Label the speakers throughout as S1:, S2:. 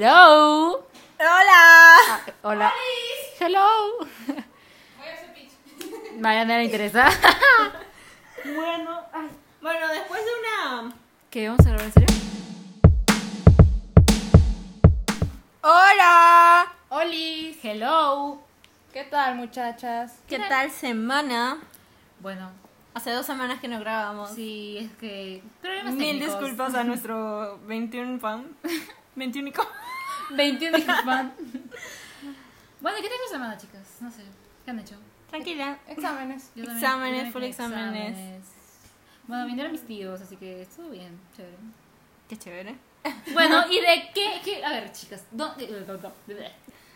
S1: Hello.
S2: ¡Hola!
S1: Ah, hola. Hello.
S3: Voy a hacer pitch.
S1: Mariana le interesa.
S2: Bueno, ay. bueno, después de una
S1: ¿Qué vamos a grabar en serio?
S2: ¡Hola!
S1: Oli. Hello.
S3: ¿Qué tal, muchachas?
S2: ¿Qué tal semana?
S1: Bueno,
S2: Hace dos semanas que no grabábamos.
S1: sí, es que problemas
S2: Mil
S1: técnicos.
S2: disculpas a nuestro 21 fan. 21
S1: 21 disculpas. bueno, ¿qué tal su semana, chicas? No sé. ¿Qué han hecho?
S2: Tranquila.
S3: Exámenes.
S1: Yo
S2: Exámenes,
S1: yo
S2: full
S1: tenía
S2: exámenes.
S1: Bueno, vinieron mis tíos, así que estuvo bien, chévere.
S2: Qué chévere.
S1: Bueno, ¿y de qué? qué- A ver, chicas, ¿dónde?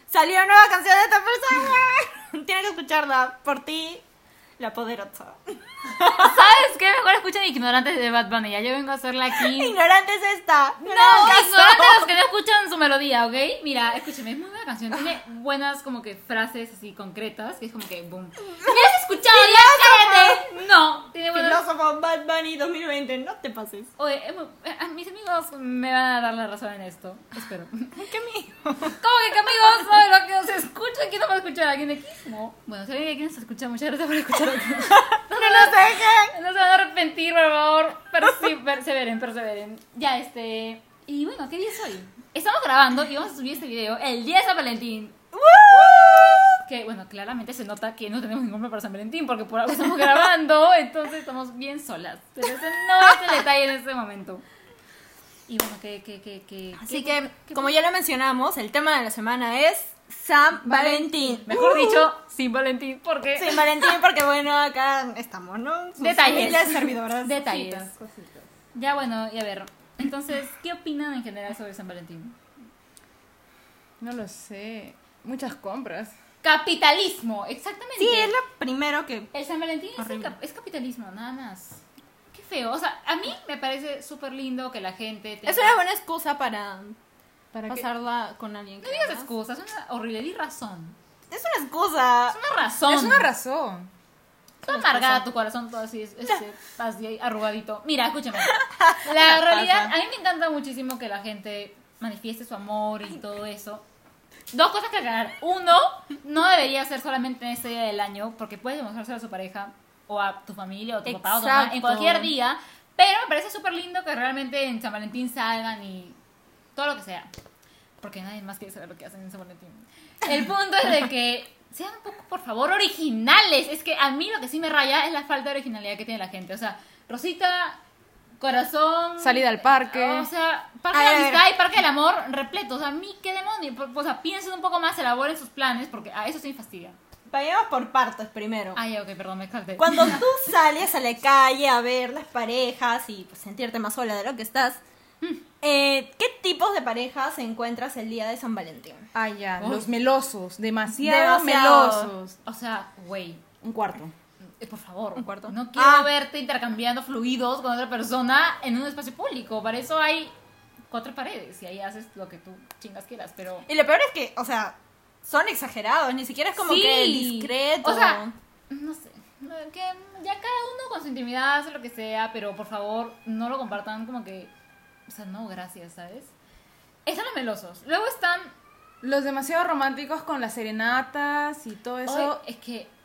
S2: Salió nueva canción de esta persona. Tienes que escucharla por ti, la poderosa.
S1: ¿Sabes qué? Mejor escuchan Ignorantes de Bad Bunny. Ya yo vengo a hacerla aquí.
S2: Ignorante es esta.
S1: No,
S2: le hagan caso.
S1: ignorantes los que no escuchan su melodía, ¿ok? Mira, escúcheme, es muy buena canción. Tiene buenas como que frases así concretas, que es como que boom. ¿Me has escuchado? ¡Ya cállate! No, tiene buenas...
S2: Filósofo Bad Bunny 2020, no te pases.
S1: Oye, eh, eh, a mis amigos me van a dar la razón en esto, espero. ¿Cómo
S2: ¿Qué amigo?
S1: que, que amigos? No, lo que se escucha, ¿quién no va a escuchar? ¿Alguien de aquí? No. Bueno, si alguien de aquí nos escucha, muchas gracias por escuchar.
S2: No nos dejen.
S1: No se van a arrepentir, por favor. Persi- perseveren, perseveren. Ya, este. Y bueno, ¿qué día es hoy? Estamos grabando y vamos a subir este video el día de San Valentín. Que bueno, claramente se nota que no tenemos ningún plan para San Valentín porque por algo estamos grabando, entonces estamos bien solas. Pero ese no es el detalle en este momento. Y bueno, que. que, que, que
S2: Así que, como ya lo mencionamos, el tema de la semana es San Valentín.
S1: Mejor
S2: Uh.
S1: dicho, sin Valentín porque.
S2: San Valentín, porque bueno, acá estamos, ¿no? Sus
S1: Detalles.
S2: humildes servidoras.
S1: Detalles.
S2: Cositas, cositas.
S1: Ya bueno, y a ver. Entonces, ¿qué opinan en general sobre San Valentín?
S3: No lo sé. Muchas compras.
S1: Capitalismo, exactamente.
S2: Sí, es lo primero que.
S1: El San Valentín es, el
S2: Horrible.
S1: cap- es capitalismo, nada más. Qué feo. O sea, a mí me parece súper lindo que la gente. tenga-
S2: Es una buena excusa para
S3: ¿Para qué?
S2: pasarla con alguien. que
S1: No digas
S2: amas.
S1: excusas, es una horrible di razón.
S2: Es una excusa.
S1: Es una razón.
S3: Es una razón.
S1: Toda amargada tu corazón, todo así, es- este, así arrugadito. Mira, escúchame. La realidad, a mí me encanta muchísimo que la gente manifieste su amor y todo eso. Dos cosas que aclarar. Uno, no debería ser solamente en este día del año, porque puedes demostrárselo a su pareja o a tu familia o a tu papá o tu mamá en
S2: Exacto.
S1: cualquier día. Pero me parece súper lindo que realmente en San Valentín salgan y todo lo que sea. Porque nadie más quiere saber lo que hacen en San Valentín. El punto es de que sean un poco, por favor, originales. Es que a mí lo que sí me raya es la falta de originalidad que tiene la gente. O sea, Rosita, corazón.
S3: Salida al parque.
S1: O sea, parque de
S2: A
S1: la
S2: ver.
S1: amistad y parque del amor repleto. O sea, a mí, qué demonio. Por- O sea, piensen un poco más, elaboren sus planes, porque a eso sí me fastidia.
S2: Vayamos por partes primero.
S1: Ah, ya, ok, perdón, me exalté.
S2: Cuando tú sales a la calle a ver las parejas y pues, sentirte más sola de lo que estás, eh, ¿qué tipos de parejas encuentras el día de San Valentín?
S3: Ah, ya.
S1: Oh.
S3: Los melosos. Demasiado,
S2: Demasiado.
S3: melosos.
S1: O sea, güey.
S3: Un cuarto.
S1: eh, Por favor,
S2: Un cuarto.
S1: no quiero
S2: Ah.
S1: verte intercambiando fluidos con otra persona en un espacio público. Para eso hay cuatro paredes y ahí haces lo que tú chingas quieras, pero...
S2: Y lo peor es que, o sea, son exagerados, ni siquiera es como
S1: Sí.
S2: que discreto.
S1: O sea, no sé. no, Que ya cada uno con su intimidad hace lo que sea, pero por favor no lo compartan como que. O sea, no, gracias, ¿sabes? Están los melosos. Luego están.
S3: Los demasiado románticos con las serenatas y todo eso.
S1: Eso es que.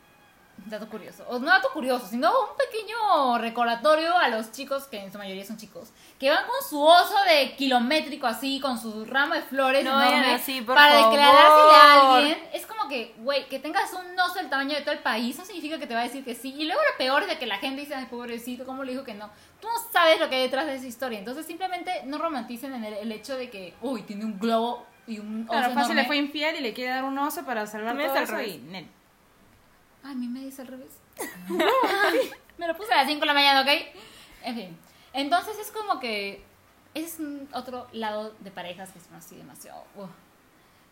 S1: Dato curioso. O no dato curioso, sino un pequeño recordatorio a los chicos, que en su mayoría son chicos, que van con su oso de kilométrico así, con su ramo de flores
S2: No vayan
S1: enorme,
S2: así, por
S1: para
S2: favor.
S1: declarársele a alguien. Es como que, güey, que tengas un oso del tamaño de todo el país, no significa que te va a decir que sí. Y luego lo peor es de que la gente dice, ay, pobrecito, ¿cómo le dijo que no? Tú no sabes lo que hay detrás de esa historia. Entonces simplemente no romanticen en el, el hecho de que, uy, tiene un globo y un oso
S3: Claro, fácil
S1: enorme.
S3: le fue infiel y le quiere dar un oso para salvar
S2: Me
S3: todo
S2: es al
S3: eso
S2: revés.
S3: y nel.
S1: Ay, mi media es al revés. Me lo puse a las 5 de la mañana, ¿ok? En fin. Entonces es como que es un otro lado de parejas que son así demasiado. uf.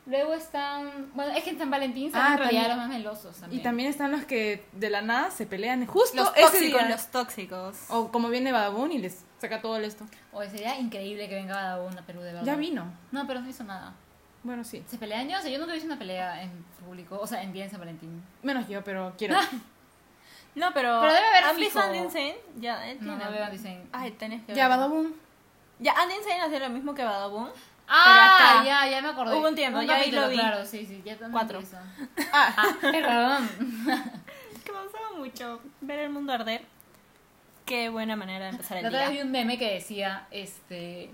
S1: Luego están. Bueno, es que en San Valentín salen
S3: Ah,
S1: en realidad
S3: también-
S1: los más melosos también.
S3: Y también están los que de la nada se pelean justo
S2: los
S3: ese
S2: tóxicos,
S3: día.
S2: los tóxicos.
S3: O como viene Badabun y les saca todo el esto.
S1: O sería increíble que venga Badabun a Perú de verdad.
S3: Ya vino.
S1: No, pero no hizo nada.
S3: Bueno, sí.
S1: ¿Se pelean yo? O sea, yo nunca he visto una pelea en público. O sea, en día en San Valentín.
S3: Menos yo, pero quiero.
S2: No, pero.
S1: Pero debe haber
S2: ¿Han
S1: fijo.
S2: visto Andensen? Ya, él
S1: No,
S2: tiene.
S1: no veo a Dicen.
S2: Ay, tenés que
S3: ya,
S2: verlo.
S3: Badabun.
S2: Ya, Andensen hace lo mismo que Badabun.
S1: Ah,
S2: acá.
S1: ya, ya me acordé.
S2: Hubo un tiempo, yo ahí
S1: capítulo,
S2: lo vi.
S1: Claro, sí, sí, ya también
S2: Cuatro.
S1: vi eso. Ah, perdón.
S2: que me gustaba mucho ver el mundo arder. Qué buena manera de empezar
S1: La
S2: el
S1: otra vez vi
S2: día.
S1: un meme que decía, este,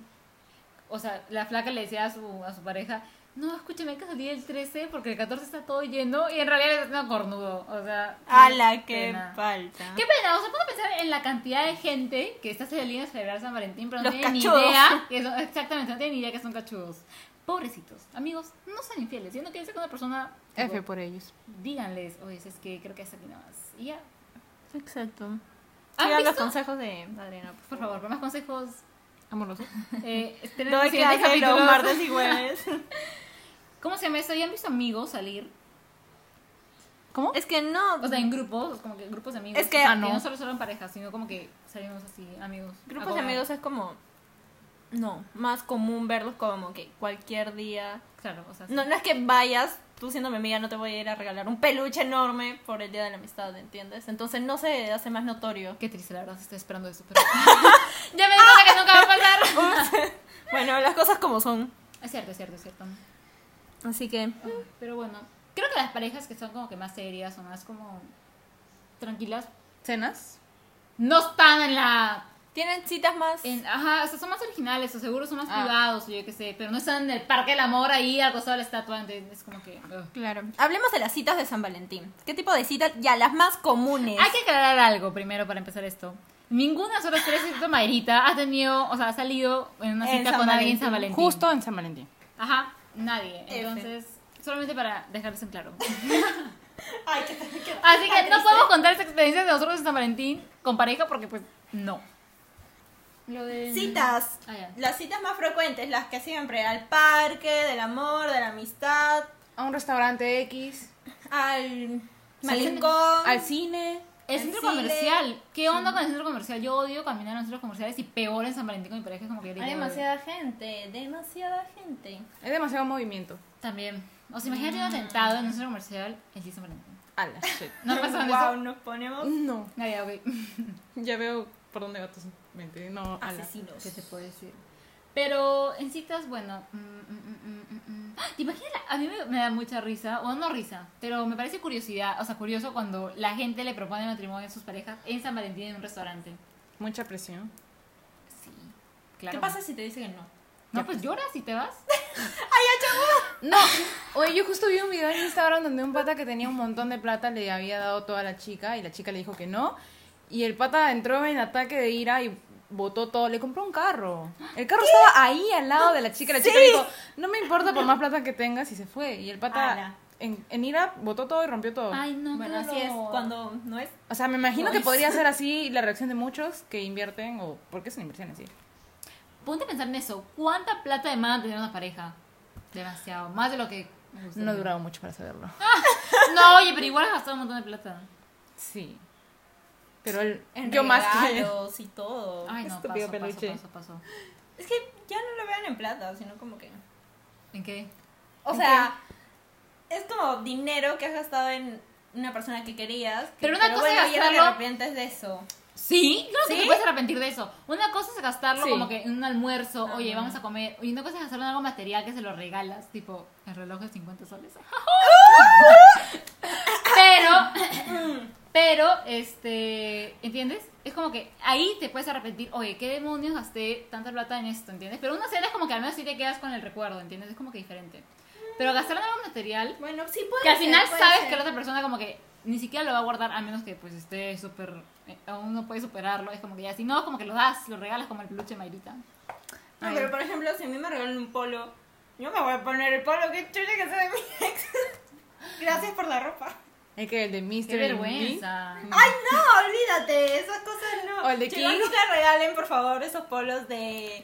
S1: o sea, la flaca le decía a su, a su pareja, no, escúchame, hay que salir el 13 porque el 14 está todo lleno y en realidad le está haciendo cornudo, o sea. qué
S2: ¡Hala, qué
S1: pena.
S2: falta!
S1: Qué pena, o sea, puedo pensar en la cantidad de gente que está celebrando celebrar San Valentín, pero no
S2: Los
S1: tienen ni
S2: cachudos.
S1: idea, que son- exactamente, no tienen ni idea que son cachudos. Pobrecitos, amigos, no sean infieles, si no quieren ser con una persona, tipo,
S3: F por ellos.
S1: díganles, oye, es que creo que es aquí nada más, y ya.
S2: Exacto.
S1: ¿Han
S2: Sigan los
S1: visto?
S2: consejos de Adriana,
S1: Por favor, por más consejos,
S3: Amorosos.
S1: eh, tenemos
S2: No
S1: el siguiente
S2: clase los
S1: capítulo.
S2: martes y jueves.
S1: ¿Cómo se llama eso? ¿Ya han visto amigos salir?
S3: ¿Cómo?
S2: es que no.
S1: O sea, en grupos, como que grupos de amigos.
S2: Es que-
S1: Ah,
S2: Ah,
S1: no.
S3: no.
S1: solo solo en pareja, sino como que salimos así, amigos. a
S2: Grupos de
S1: comer.
S2: amigos es como. No, más común verlos como que cualquier día.
S1: Claro, o sea. sí.
S2: No, no es que vayas, tú siendo mi amiga, no te voy a ir a regalar un peluche enorme por el día de la amistad, ¿entiendes? Entonces no se hace más notorio.
S1: Qué triste, la verdad, estoy esperando eso. Pero... ya me di cuenta que nunca va a pasar.
S2: Ah. Bueno, las cosas como son.
S1: es cierto, es cierto, es cierto.
S2: Así que.
S1: Pero bueno, creo que las parejas que son como que más serias o más como tranquilas
S3: ¿Cenas?
S1: no están en la.
S2: ¿Tienen citas más?
S1: en- ajá, o sea, son más originales, o seguro son más
S3: Ah.
S1: privados, o yo qué sé, pero no están en el Parque del Amor ahí al costado de la estatua, entonces es como que. ugh.
S2: Claro. Hablemos de las citas de San Valentín. ¿Qué tipo de citas? Ya, las más comunes.
S1: Hay que aclarar algo primero para empezar esto. Ninguna de nosotras tres, excepto Mayrita, ha tenido, o sea, ha salido en una
S2: En
S1: cita
S2: San
S1: con alguien en
S2: Valentín.
S1: San Valentín.
S3: Justo en San Valentín.
S1: Ajá, nadie.
S2: F.
S1: Entonces, solamente para dejarles en claro.
S2: Ay, qué- qué-
S1: Así que no podemos contar esa experiencia de nosotros en San Valentín con pareja porque, pues, no. Lo de...
S2: Citas.
S1: Ah, ya.
S2: Las citas más frecuentes, las que siempre, al parque, del amor, de la amistad,
S3: A un restaurante X.
S2: al malincón.
S3: Al cine.
S1: El
S2: El
S1: centro
S2: cine.
S1: comercial. ¿Qué onda con el centro comercial? Yo odio caminar en los centros comerciales y peor en San Valentín con mi pareja. Es como que yo le
S2: Hay
S1: digo,
S2: demasiada gente, demasiada gente.
S3: Es demasiado movimiento.
S1: También. O sea, imagínate un atentado en un centro comercial el día de San Valentín.
S3: A la shit.
S1: ¿No pasaron eso?
S2: wow, nos ponemos
S3: No.
S1: Ah, ya, ok.
S3: Ya veo por dónde va tu mente. No, a la
S2: asesinos.
S1: ¿Qué se puede decir? Pero en citas, bueno. mm, mm, mm, mm, mm, mm. ¿Te imaginas? la- A mí me, me da mucha risa, o no risa, pero me parece curiosidad, o sea, curioso cuando la gente le propone matrimonio a sus parejas en San Valentín en un restaurante.
S3: Mucha presión.
S1: Sí, claro.
S2: ¿Qué pasa si te dicen que no?
S1: No, pues lloras y te vas.
S3: No, oye, yo justo vi un video en Instagram donde un pata que tenía un montón de plata le había dado toda a la chica y la chica le dijo que no. Y el pata entró en ataque de ira y botó todo, le compró un carro. El carro estaba ahí al lado de la chica. La chica le dijo, no me importa por más plata que tengas y se fue. Y el
S2: Ala.
S3: pata en, en ira botó todo y rompió todo.
S1: Ay, no,
S2: Bueno,
S1: qué
S2: así es
S1: dolor.
S2: cuando no es.
S3: O sea, me imagino
S2: No
S3: que
S2: es.
S3: podría ser así la reacción de muchos que invierten o porque es una inversión así. Pues
S1: Ponte a pensar en eso. ¿Cuánta plata demanda tener una pareja? Demasiado. Más de lo que.
S3: No he durado mucho para saberlo.
S1: No, oye, pero igual has gastado un montón de plata.
S3: Sí. Pero él,
S2: En
S3: yo más que
S2: regalos y todo.
S1: Ay, no,
S3: Estúpido
S1: paso, paso,
S3: peluche.
S1: paso, paso.
S2: Es que ya no lo vean en plata, sino como que.
S1: ¿En qué?
S2: O sea, es como dinero que has gastado en una persona que querías. que-
S1: Pero una cosa es
S2: bueno, ya te
S1: gastarlo-
S2: arrepientes de eso.
S1: Sí, claro que
S2: ¿Sí?
S1: te puedes arrepentir de eso. Una cosa es gastarlo
S3: Sí.
S1: como que en un almuerzo,
S2: Ah.
S1: oye, vamos a comer. Y una cosa es gastarlo en algo material que se lo regalas, tipo el reloj de 50 soles. pero, pero, este, ¿entiendes? Es como que ahí te puedes arrepentir, oye, ¿qué demonios gasté tanta plata en esto? ¿Entiendes? Pero una cena es como que al menos sí te quedas con el recuerdo, ¿entiendes? Es como que diferente. Pero gastar en algo material,
S2: Bueno, sí puede
S1: que al
S2: ser,
S1: final
S2: puede
S1: sabes
S2: ser.
S1: que la otra persona como que ni siquiera lo va a guardar a menos que pues esté súper eh, aún no puede superarlo es como que ya si no como que lo das lo regalas como el peluche de Mayrita
S2: No, pero por ejemplo, si a mí me regalan un polo, yo me voy a poner el polo que chucha que sea de mi ex. Gracias por la ropa.
S3: El que el de Mr.
S1: qué
S3: and
S1: vergüenza
S2: Ay, no, olvídate, esas cosas no.
S3: O el de
S2: Chicos,
S3: King.
S2: nunca regalen, por favor, esos polos de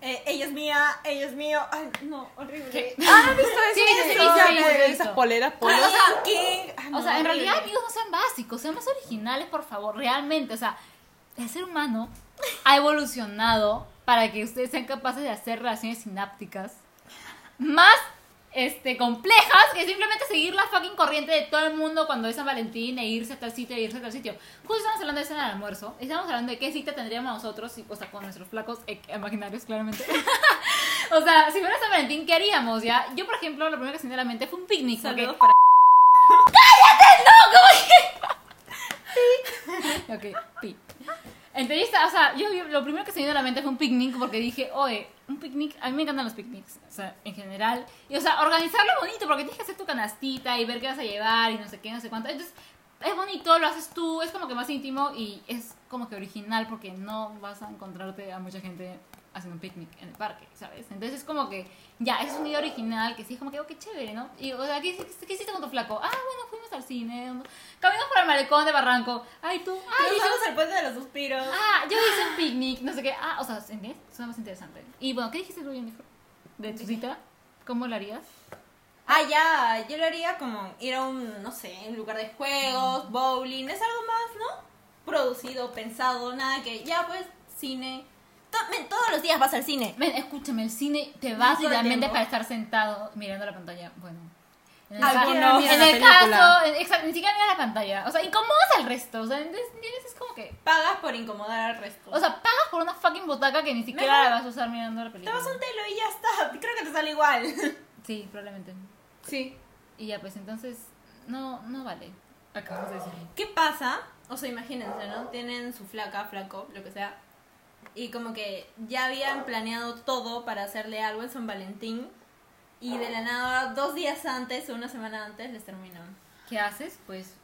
S2: eh, ella es mía, ella es mío. Ay, no, horrible.
S3: Ah, ¿has visto eso?
S1: Sí,
S3: Que
S1: sí,
S3: son
S1: sí,
S3: de
S1: sí, he visto.
S3: esas poleras,
S2: Ay,
S3: polos.
S2: King. Ay,
S1: o
S2: Ah, no,
S1: sea en
S2: horrible.
S1: realidad amigos no sean básicos sean más originales por favor realmente o sea el ser humano ha evolucionado para que ustedes sean capaces de hacer relaciones sinápticas más este, complejas que simplemente seguir la fucking corriente de todo el mundo cuando es San Valentín e irse a tal sitio e irse a tal sitio. Justo estamos hablando de cena de almuerzo, e-, estamos hablando de qué cita tendríamos nosotros, y- o sea, con nuestros flacos eh, imaginarios, claramente. O sea, si fuera San Valentín, ¿qué haríamos ya? Yo, por ejemplo, lo primero que se me vino a la mente fue un picnic. porque-
S2: Saludos para.
S1: Ok, pi. Entonces, o sea, yo yo- lo primero que se me vino a la mente fue un picnic porque dije, oye, un picnic, a mí me encantan los picnics, o sea, en general. Y, o sea, organizarlo bonito porque tienes que hacer tu canastita y ver qué vas a llevar y no sé qué, no sé cuánto. Entonces, es bonito, lo haces tú, es como que más íntimo y es como que original porque no vas a encontrarte a mucha gente haciendo un picnic en el parque, ¿sabes? Entonces es como que, ya, es una idea original que sí es como que, oh, qué chévere, ¿no? Y, o sea, ¿qué, hici- qué hiciste con tu flaco? Ah, bueno, fuimos al cine, ¿no? caminamos por el malecón de Barranco. Ay, tú, ay,
S2: Nos
S1: yo-
S2: vamos al puente de los suspiros.
S1: Ah, yo hice un picnic, no sé qué. Ah, o sea, ¿entiendes? Suena más interesante. Y bueno, ¿qué dijiste tú, Jennifer? ¿De tu cita? ¿Cómo lo harías?
S2: Ah, ya, yo lo haría como ir a un, no sé, un lugar de juegos, bowling, es algo más, ¿no? Producido, pensado, nada que, ya pues, cine. To- men, todos los días vas al cine.
S1: Ven, escúchame, el cine te
S2: No
S1: vas
S2: todo el
S1: idealmente
S2: tiempo.
S1: para estar sentado mirando la pantalla. Bueno. En el,
S2: Algunos
S1: ca-
S2: miran
S1: en
S3: la
S1: el
S3: película.
S1: caso, en- exacto, ni siquiera mira la pantalla. O sea, incomodas al resto. O sea, ¿entiendes? ¿entiendes? Es como que.
S2: Pagas por incomodar al resto.
S1: O sea, pagas por una fucking botaca que ni siquiera
S2: Mejor
S1: la vas a usar mirando la
S2: te
S1: película.
S2: vas a un telo y ya está. Creo que te sale igual.
S1: Sí, probablemente.
S3: Sí.
S1: Y ya, pues entonces, no, no vale. Acabamos de decirlo.
S2: ¿Qué pasa? O sea, imagínense, ¿no? Tienen su flaca, flaco, lo que sea. Y como que ya habían planeado todo para hacerle algo en San Valentín. Y de la nada, dos días antes o una semana antes, les terminan.
S1: ¿Qué haces? Pues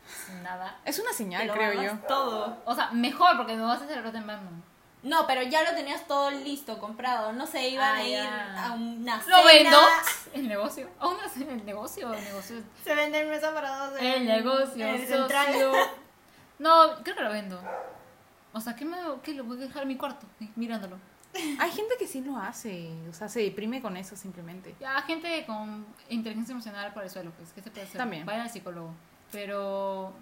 S1: nada.
S3: Es una
S2: Te
S3: señal,
S2: lo
S3: creo yo.
S2: guardas Todo.
S1: O sea, mejor porque no vas a hacer el temprano.
S2: No, pero ya lo tenías todo listo, comprado. No sé, iban
S1: Ah,
S2: a ir
S1: ya.
S2: a una cena.
S1: Lo vendo. El negocio. Aún no sé, el negocio. El negocio.
S2: Se vende el mesa para dos. eh.
S1: El negocio.
S2: en el
S1: socio. No, creo que lo vendo. O sea, ¿qué me qué lo voy a dejar en mi cuarto? Sí, Mirándolo.
S3: Hay gente que sí lo hace. O sea, se deprime con eso simplemente.
S1: Ya, gente con inteligencia emocional por el suelo, pues, ¿qué se puede hacer?
S3: También.
S1: Vayan al psicólogo. Pero.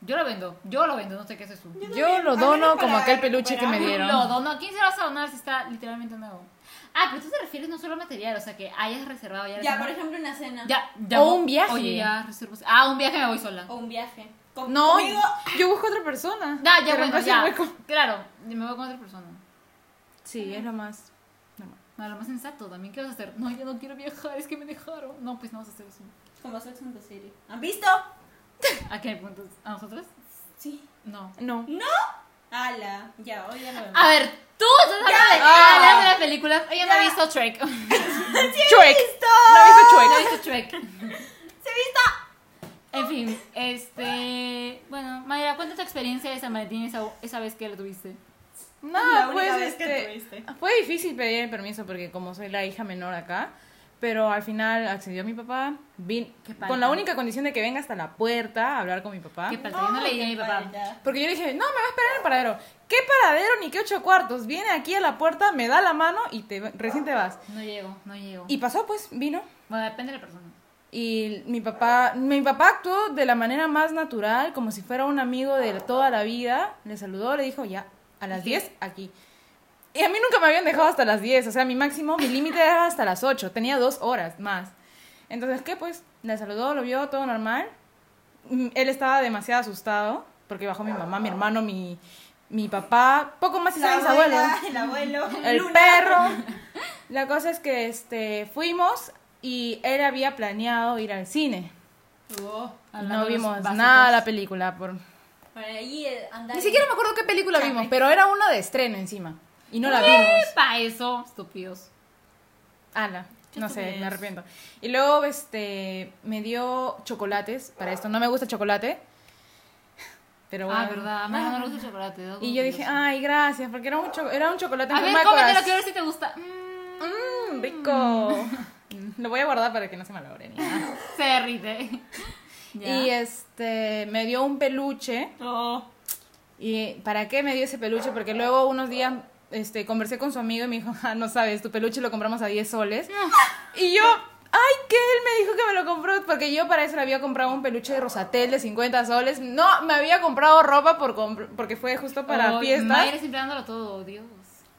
S1: Yo lo vendo. Yo lo vendo, no sé qué es eso.
S3: Yo lo
S2: Al menos
S3: dono como
S2: para
S3: aquel peluche que me
S2: recuperar.
S3: dieron.
S1: No, no, no. ¿Quién se lo vas a donar si está literalmente nuevo? Ah, pero tú te refieres no solo a material, o sea, que hayas reservado ya.
S2: Ya,
S1: reservado.
S2: por ejemplo, una cena.
S1: Ya, ya
S3: O
S1: voy-
S3: un viaje.
S1: Oye, ya reservo. Ah, un viaje me voy sola.
S2: O un viaje. Con-
S3: No,
S2: conmigo,
S3: yo busco otra persona.
S1: Ya,
S3: que
S1: ya, bueno,
S3: reemplace
S1: ya.
S3: el hueco.
S1: Claro, me voy con otra persona.
S3: Sí, es lo más. normal.
S1: No, lo más sensato también. ¿Qué vas a hacer? No, yo no quiero viajar, es que me dejaron. No, pues no vas a hacer eso.
S2: Como Sex and the City. ¿Han visto?
S1: ¿A qué punto? ¿A nosotros?
S2: Sí.
S1: No.
S3: No.
S2: Ala, ya, hoy ya lo vemos.
S1: A
S3: Ah.
S1: ver, tú estás hablando de,
S3: Ya.
S1: hablas de las películas. Ella no ha
S2: Ya.
S1: visto Trek. No
S3: Chuec.
S2: ¡Listo!
S3: No he visto
S1: ha
S3: Chuec.
S1: visto Trek.
S2: ¡Se visto!
S1: En fin, este. Bueno, Mayra, cuenta tu experiencia de San Valentín esa, esa vez que lo tuviste.
S2: La
S3: No,
S2: única
S3: pues
S2: vez que
S3: este,
S2: tuviste.
S3: fue difícil pedir el permiso porque como soy la hija menor acá, pero al final accedió mi papá, vin-
S1: Qué palta.
S3: con la única condición de que venga hasta la puerta a hablar con mi papá.
S1: Qué falta, yo no le dije a mi papá.
S3: Porque yo le dije, no, me va a esperar en el paradero. ¿Qué paradero ni qué ocho cuartos? Viene aquí a la puerta, me da la mano y te recién te vas.
S1: No llego, no llego.
S3: Y pasó, pues, vino.
S1: Bueno, depende de la persona.
S3: Y mi papá, mi papá actuó de la manera más natural, como si fuera un amigo de toda la vida. Le saludó, le dijo, ya, a las 10, aquí. Y a mí nunca me habían dejado hasta las 10, o sea, mi máximo, mi límite era hasta las 8, tenía dos horas más. Entonces, ¿qué? Pues, le saludó, lo vio, todo normal. Mm, Él estaba demasiado asustado, porque bajó mi mamá, mi hermano, mi, mi papá, poco más y
S2: La
S3: mis abuelos
S2: abuela, el abuelo,
S3: el
S2: Luna.
S3: perro. La cosa es que este fuimos y él había planeado ir al cine.
S2: Oh,
S1: Hablando
S3: no
S1: de los
S3: vimos
S1: básicos.
S3: nada la película por
S2: Por ahí eh, andar.
S3: Ni siquiera me acuerdo qué película vimos, pero era una de estreno encima y no la
S4: Eh,
S3: vimos.
S1: Para eso, estúpidos.
S3: Ala,
S2: Qué
S3: no sé,
S2: estupidez.
S3: me arrepiento. Y luego este me dio chocolates para esto, no me gusta el chocolate. Pero bueno.
S1: Ah, verdad, a mí no me gusta el chocolate. da como
S3: Y yo dije,
S1: curioso.
S3: ay, gracias, porque era un, cho- era un
S4: "Ah,
S3: chocolate
S1: a
S3: en
S1: ver,
S3: forma de
S1: cómetelo,
S3: corazón.
S1: quiero ver si te gusta. Mm,
S3: Mm, rico. Lo voy a guardar para que no se malogre ni nada.
S1: se derrite. Ya.
S3: Y este, me dio un peluche.
S2: Oh.
S3: ¿Y para qué me dio ese peluche? Porque luego unos días este, conversé con su amigo y me dijo, "Ah, no sabes, tu peluche lo compramos a 10 soles. Y yo, ay, que él me dijo que me lo compró, porque yo para eso le había comprado un peluche de Rosatel de 50 soles. No, me había comprado ropa por compr- porque fue justo para
S1: Ay,
S3: fiestas.
S1: Mayra siempre dándolo todo, Dios.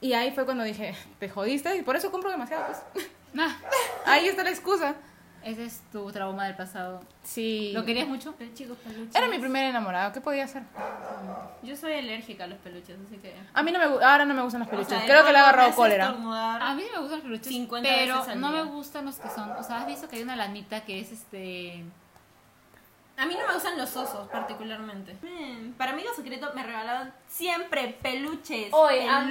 S3: Y ahí fue cuando dije, te jodiste y por eso compro demasiado. Pues.
S1: Ah,
S3: Ahí está la excusa.
S4: Ese es tu trauma del pasado.
S3: Sí.
S4: ¿Lo querías mucho?
S2: Pero chicos, peluches.
S3: Era mi primer enamorado, ¿qué podía hacer?
S2: Yo soy alérgica a los peluches, así que.
S3: A mí no me gu- ahora no me gustan los
S2: O
S3: peluches.
S2: sea,
S3: Creo que le
S2: Eduardo me
S3: ha agarrado
S2: hace
S3: cólera.
S2: estornudar.
S4: A mí me gustan los peluches,
S2: 50
S4: pero
S2: veces al
S4: no
S2: día.
S4: me gustan los que son. O sea, has visto que hay una lanita que es este.
S2: A mí no me gustan los osos particularmente. Mm, para mí los secretos me regalaban siempre peluches.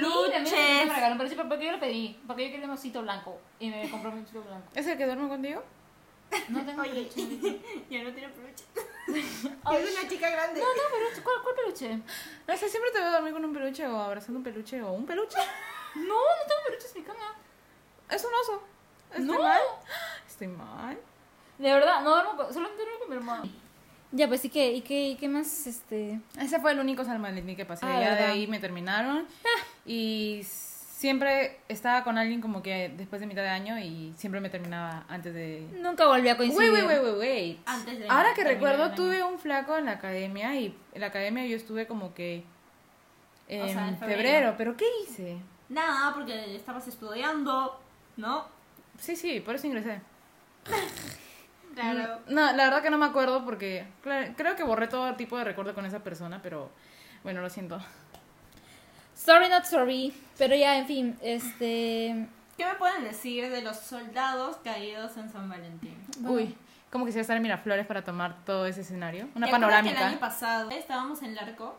S4: me
S2: peluches.
S4: regalaron peluche, pero porque yo lo pedí. Porque yo quería un osito blanco y me compró un osito blanco.
S3: ¿Es el que duerme contigo?
S4: No tengo peluche. ahorita.
S2: Yo no tiene peluche.
S4: Ay,
S2: es una chica grande.
S4: No, no, peluche. ¿Cuál, cuál peluche?
S3: No sé, siempre te veo dormir con un peluche o abrazando un peluche o un peluche.
S4: No, no tengo peluches en mi cama.
S3: Es un oso. ¿Estoy
S4: No.
S3: mal? Estoy mal.
S4: De verdad, no duermo con, solamente duermo con mi hermano. Ya, pues, ¿y qué, y qué, y qué más? Este...
S3: Ese fue el único salmaletín que pasé.
S4: Ah,
S3: ya de
S4: ¿verdad?
S3: ahí me terminaron.
S2: Ah.
S3: Y siempre estaba con alguien como que después de mitad de año y siempre me terminaba antes de...
S4: Nunca volví a
S3: Wait,
S4: coincidir.
S3: wait, wait, wait, wait.
S2: Antes de
S3: Ahora que
S2: terminar el
S3: recuerdo,
S2: año.
S3: tuve un flaco en la academia y en la academia yo estuve como que... En
S2: sea, en
S3: febrero.
S2: febrero.
S3: ¿Pero qué hice?
S2: Nada, porque estabas estudiando, ¿no?
S3: Sí, sí, por eso ingresé.
S2: Claro.
S3: Mm, No, la verdad que no me acuerdo porque cla- creo que borré todo tipo de recuerdo con esa persona, pero bueno, lo siento.
S4: Sorry, not sorry. Pero ya, en fin, este...
S2: ¿Qué me pueden decir de los soldados caídos en San Valentín?
S4: Bueno.
S3: Uy, como quisiera estar en Miraflores para tomar todo ese escenario. Una
S2: ¿Te acuerdas que El
S3: panorámica.
S2: año pasado estábamos en Larco,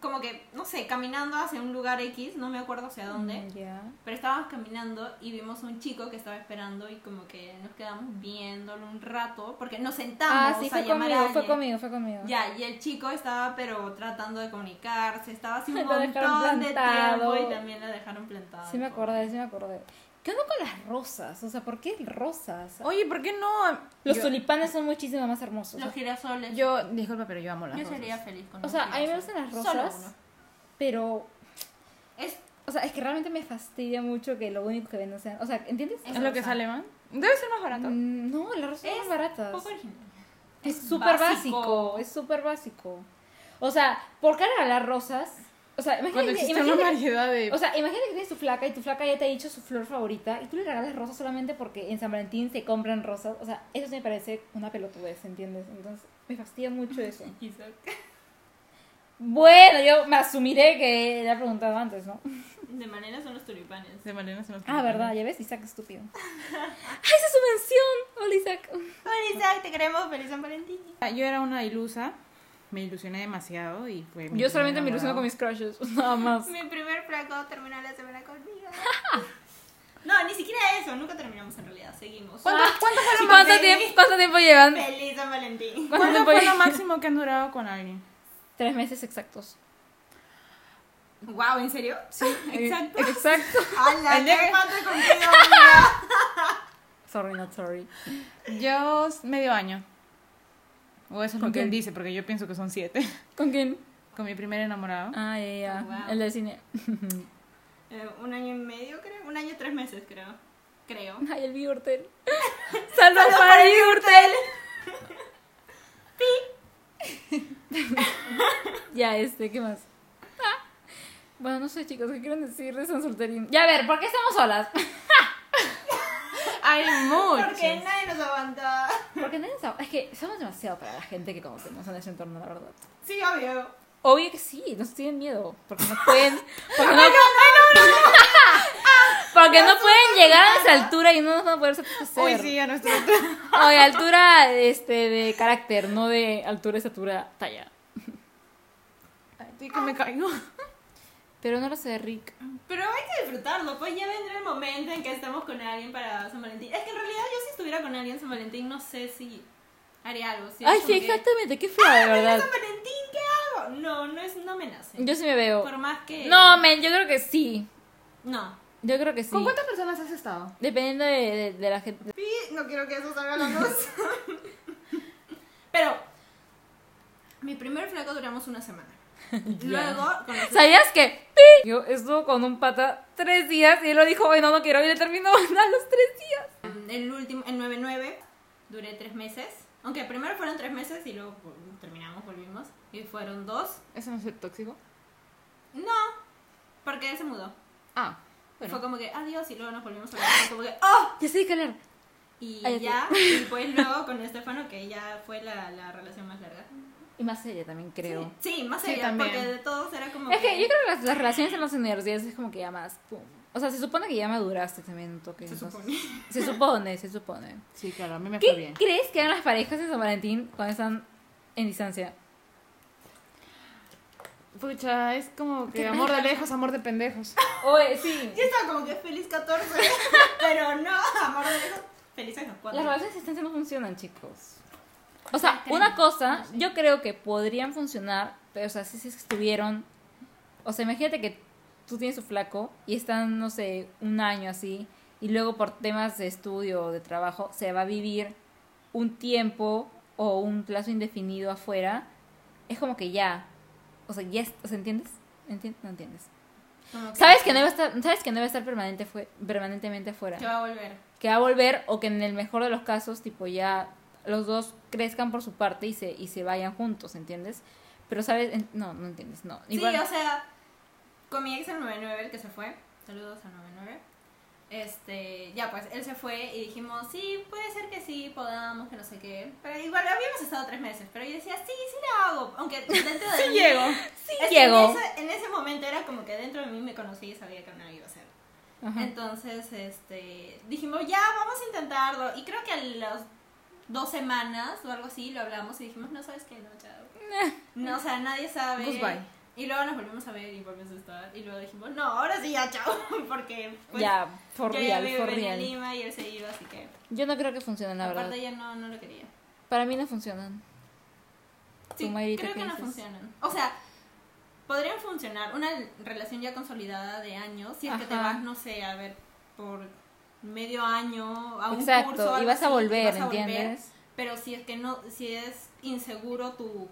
S2: como que, no sé, caminando hacia un lugar X, no me acuerdo hacia dónde,
S4: Mm, Ya.
S2: pero estábamos caminando y vimos a un chico que estaba esperando y como que nos quedamos viéndolo un rato, porque nos sentamos
S4: Ah, sí,
S2: a
S4: fue
S2: llamar a
S4: conmigo, fue
S2: alguien.
S4: conmigo, fue conmigo.
S2: Ya, y el chico estaba pero tratando de comunicarse, estaba así un
S4: Lo dejaron
S2: montón de
S4: plantado.
S2: tiempo y también lo dejaron plantado.
S4: Sí me acordé, sí me acordé. ¿Qué onda con las rosas? O sea, ¿por qué rosas?
S3: Oye, ¿por qué no?
S4: Los
S3: yo,
S4: tulipanes son muchísimo más hermosos.
S2: Los girasoles.
S3: yo, disculpa, pero yo amo las
S2: Yo
S3: rosas.
S2: sería feliz con
S4: O
S2: los
S4: sea, a mí me
S2: girasoles.
S4: gustan las
S2: Solo
S4: rosas,
S2: uno.
S4: pero...
S2: Es
S4: O sea, es que realmente me fastidia mucho que lo único que venden sean... O sea, ¿entiendes?
S3: ¿Es lo que
S2: rosa.
S3: sale más? Debe ser más barato.
S4: Mm, No, las rosas son
S2: Es
S4: más baratas.
S2: poco original.
S4: Es súper básico.
S2: básico.
S4: es súper básico. O sea, ¿por qué regalar rosas? O sea,
S3: Cuando
S4: imagínate,
S3: existe una
S4: imagínate-
S3: variedad de...
S4: o sea, imagínate que tienes tu flaca y tu flaca ya te ha dicho su flor favorita y tú le regalas rosas solamente porque en San Valentín se compran rosas. O sea, eso sí me parece una pelotudez, ¿entiendes? Entonces, me fastidia mucho eso. Bueno, yo me asumiré que le ha preguntado antes, ¿no?
S2: De manera son los tulipanes.
S3: de Malena se nos-
S4: Ah, ¿verdad? Ya ves, Isaac estúpido. ¡Ah, esa es su mención! Hola, Isaac.
S2: Hola Isaac, te queremos, feliz San Valentín.
S3: Yo era una ilusa, me ilusioné demasiado y fue... mi
S4: Yo solamente
S3: primer
S4: me ilusiono con
S3: enamorado.
S4: mis crushes, nada más.
S2: Mi primer flaco terminó la semana conmigo. no, ni siquiera eso, nunca terminamos en realidad, seguimos.
S3: ¿Cuánto, cuánto fue lo más-
S4: Ah, ¿Cuánto tiempo, ¿Cuánto tiempo llevan?
S2: Feliz San Valentín.
S4: ¿Cuánto
S3: cuánto
S4: tiempo
S3: fue lo
S4: llevan?
S3: máximo que han durado con alguien?
S4: Tres meses exactos.
S2: Wow, ¿en serio? Sí, exacto.
S4: Eh, exacto.
S2: ¡Hala!
S3: El
S2: ¡Qué
S3: día que-
S2: pata contigo, amiga!
S4: Sorry, not sorry.
S3: Yo medio año. O eso es
S4: ¿Con
S3: lo que él
S4: quién?
S3: dice, porque yo pienso que son siete.
S4: ¿Con quién?
S3: Con mi primer enamorado.
S4: Ah, ya, ya.
S2: Wow.
S4: El del cine.
S2: Eh, un año y medio, creo. Un año y tres meses, creo. Creo.
S4: Ay, el Biurtel. ¡Saludos para
S2: para
S4: el Biurtel! ya, este, ¿qué más? Ah. Bueno, no sé, chicos, ¿qué quieren decir de San Solterín? Ya, a ver, ¿por qué estamos solas?
S3: Hay
S2: Porque
S3: muchos.
S2: nadie nos aguanta.
S4: Porque nadie sabe. Es que somos demasiado para la gente que conocemos en ese entorno, la verdad.
S2: Sí, obvio.
S4: Obvio que sí, nos tienen miedo. Porque no pueden. Porque no, porque no pueden llegar a esa altura y no nos van a poder satisfacer.
S3: Uy, sí, a nuestro
S4: Oye, altura este, de carácter, no de altura, estatura, talla.
S3: Estoy que me caigo.
S4: Pero no lo sé, Rick.
S2: Pero hay que disfrutarlo, pues ya vendrá el momento en que estamos con alguien para San Valentín. Es que en realidad yo si estuviera con alguien en San Valentín no sé si haría algo. ¿sí?
S4: Ay,
S2: Como
S4: sí,
S2: que,
S4: exactamente, qué feo, de
S2: "Mira,
S4: verdad.
S2: San Valentín, ¿qué hago? No, no, es, no me nace.
S4: Yo sí me veo.
S2: Por más que...
S4: No, men, yo creo que sí.
S2: No.
S4: Yo creo que sí.
S3: ¿Con cuántas personas has estado?
S4: Dependiendo de, de- de la gente.
S2: Pi, no quiero que eso salga a la luz. Pero, mi primer flaco duramos una semana. Luego, con los...
S4: ¿Sabías que? ¡Pi! Yo estuve con un pata tres días y él lo dijo, ay, no, no quiero, y le terminó a los tres días.
S2: El último, el 9-9, duré tres meses. Aunque primero fueron tres meses y luego pues, terminamos, volvimos. Y fueron dos.
S3: ¿Eso no es ser tóxico?
S2: No, porque él se mudó.
S3: Ah,
S2: Fue como que adiós y luego nos volvimos a hablar. Fue como que, ¡oh!
S4: Ya sé de qué hablar.
S2: Y
S4: Ay,
S2: ya, y pues luego con Estefano, que ya fue la, la relación más larga.
S4: Y más seria también, creo.
S2: Sí, más
S3: Sí,
S2: seria,
S3: también.
S2: porque de todos era como.
S4: Es que yo creo que las, las relaciones en las universidades es como que ya más. pum. O sea, se supone que ya maduraste también un toque.
S2: Se
S4: entonces-
S2: supone.
S4: Se supone, se supone.
S3: Sí, claro, a mí me fue
S4: ¿Qué
S3: bien.
S4: crees que hagan las parejas de San Valentín cuando están en distancia?
S3: Pucha, es como que amor de lejos, amor de pendejos.
S4: Oye, sí.
S2: Yo estaba como que feliz 14, pero no, amor de Dios. Felices los cuatro.
S4: Las relaciones de distancia no funcionan, chicos. O sea, una cosa, yo creo que podrían funcionar, pero o sea, si si estuvieron. O sea, imagínate que tú tienes su flaco y están, no sé, un año así, y luego por temas de estudio o de trabajo se va a vivir un tiempo o un plazo indefinido afuera. Es como que ya. O sea, ya. es- O sea, ¿entiendes? ¿Entiendes? No entiendes.
S2: Como
S4: Sabes que no va a estar, sabes que no va a estar permanente fue, permanentemente afuera
S2: Que va a volver.
S4: que va a volver o que en el mejor de los casos, tipo, ya los dos crezcan por su parte y se, y se vayan juntos, ¿entiendes? Pero, ¿sabes? En- No, no entiendes, no. Igual,
S2: Sí, o sea, con mi ex el 99, el que se fue, saludos al 99, este, ya pues, él se fue y dijimos, sí, puede ser que sí, podamos, que no sé qué, pero igual habíamos estado tres meses, pero yo decía, sí, sí la hago, aunque dentro de mí...
S4: sí
S2: es que
S4: llego.
S2: En ese, en ese momento era como que dentro de mí me conocí y sabía que no iba a ser.
S4: Ajá.
S2: Entonces, este, dijimos, ya, vamos a intentarlo. Y creo que a las dos semanas o algo así lo hablamos y dijimos, no sabes qué, no, chao. No, o sea, nadie sabe.
S3: Goodbye.
S2: Y luego nos volvimos a ver y volvimos a estar. Y luego dijimos, no, ahora sí, ya, chao. Porque, pues,
S4: ya, for
S2: yo ya
S4: real,
S2: vivo
S4: for
S2: en
S4: real.
S2: Lima y él se iba, así que,
S4: Yo no creo que funcionen, la
S2: aparte
S4: verdad.
S2: ya no, no lo quería.
S4: Para mí no funcionan.
S2: Sí,
S4: Tú, Mayrita,
S2: creo
S4: ¿qué
S2: que no
S4: dices?
S2: funcionan. O sea, podrían funcionar una relación ya consolidada de años, si es que te
S4: Ajá.
S2: vas, no sé, a ver, por medio año, a un curso.
S4: Exacto, y
S2: algo
S4: vas a
S2: así,
S4: volver,
S2: vas a volver,
S4: ¿entiendes?
S2: pero si es que no, si es inseguro tu,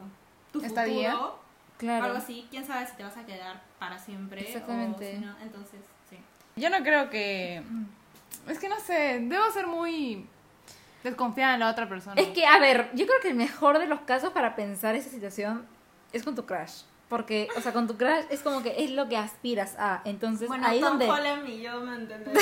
S2: tu
S3: Estadía.
S2: futuro, algo
S4: Claro.
S2: así, quién sabe si te vas a quedar para siempre.
S4: Exactamente.
S2: O si no, entonces, sí.
S3: Yo no creo que... Es que no sé, debo ser muy desconfiada en la otra persona.
S4: Es que, a ver, yo creo que el mejor de los casos para pensar esa situación es con tu crush. Porque, o sea, con tu crush es como que es lo que aspiras a. Entonces,
S2: Bueno,
S4: ahí
S2: Tom
S4: donde...
S2: Holland y yo, ¿me entendés?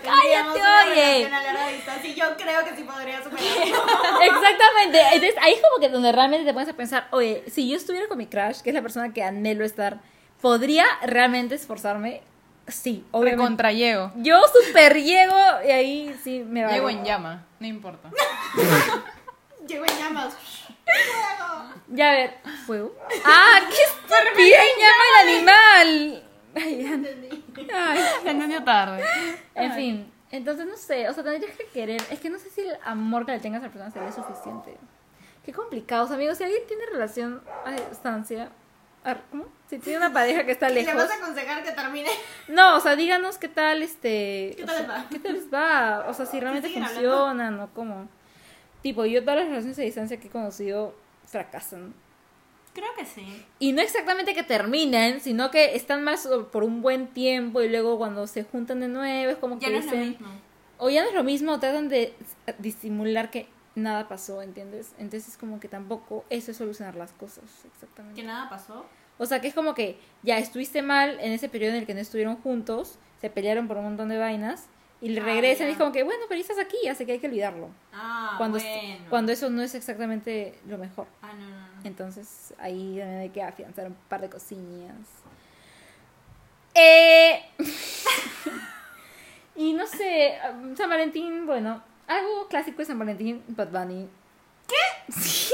S2: Teníamos una
S4: oye!
S2: relación a larga distancia y yo creo que sí podría superarlo.
S4: Exactamente. Entonces, ahí es como que donde realmente te pones a pensar, oye, si yo estuviera con mi crush, que es la persona que anhelo estar, ¿podría realmente esforzarme? Sí, obviamente.
S3: Recontra llego.
S4: Yo super llego y ahí sí me va.
S3: Llego en llama, no importa.
S2: Llego en llamas.
S4: Ya a ver, fuego. ¡Ah, qué estúpido! llama el animal! Ay, ya no. Ay.
S3: Se entendió tarde.
S4: En fin, entonces no sé, o sea, tendrías que querer, es que no sé si el amor que le tengas a la persona sería suficiente. Qué complicados, amigos, si alguien tiene relación a distancia, a- ¿cómo? Si tiene una pareja que está
S2: ¿Le
S4: lejos.
S2: vas a aconsejar que termine?
S4: No, o sea, díganos qué tal este.
S2: ¿Qué
S4: o
S2: tal
S4: sea,
S2: les va?
S4: ¿Qué tal les va? O sea, si realmente
S2: siguen hablando?
S4: funcionan o cómo. Tipo, yo todas las relaciones a distancia que he conocido fracasan.
S2: Creo que sí.
S4: Y no exactamente que terminan, sino que están más por un buen tiempo y luego cuando se juntan de nuevo es como
S2: Ya
S4: que
S2: no es lo
S4: dicen-
S2: mismo.
S4: o ya no es lo mismo, o tratan de disimular que nada pasó, ¿entiendes? Entonces como que tampoco eso es solucionar las cosas,
S2: Que
S4: exactamente.
S2: nada pasó.
S4: O sea, que es como que ya estuviste mal en ese periodo en el que no estuvieron juntos, se pelearon por un montón de vainas y le
S2: Ah,
S4: regresan y
S2: ya.
S4: es como que, bueno, pero estás aquí, así que hay que olvidarlo.
S2: Ah,
S4: cuando, es-
S2: bueno.
S4: cuando eso no es exactamente lo mejor.
S2: Ah, no, no, no.
S4: Entonces ahí también hay que afianzar un par de cosillas. Eh, y no sé, um, San Valentín, bueno, algo clásico de San Valentín, Bad Bunny. ¿Qué? Sí.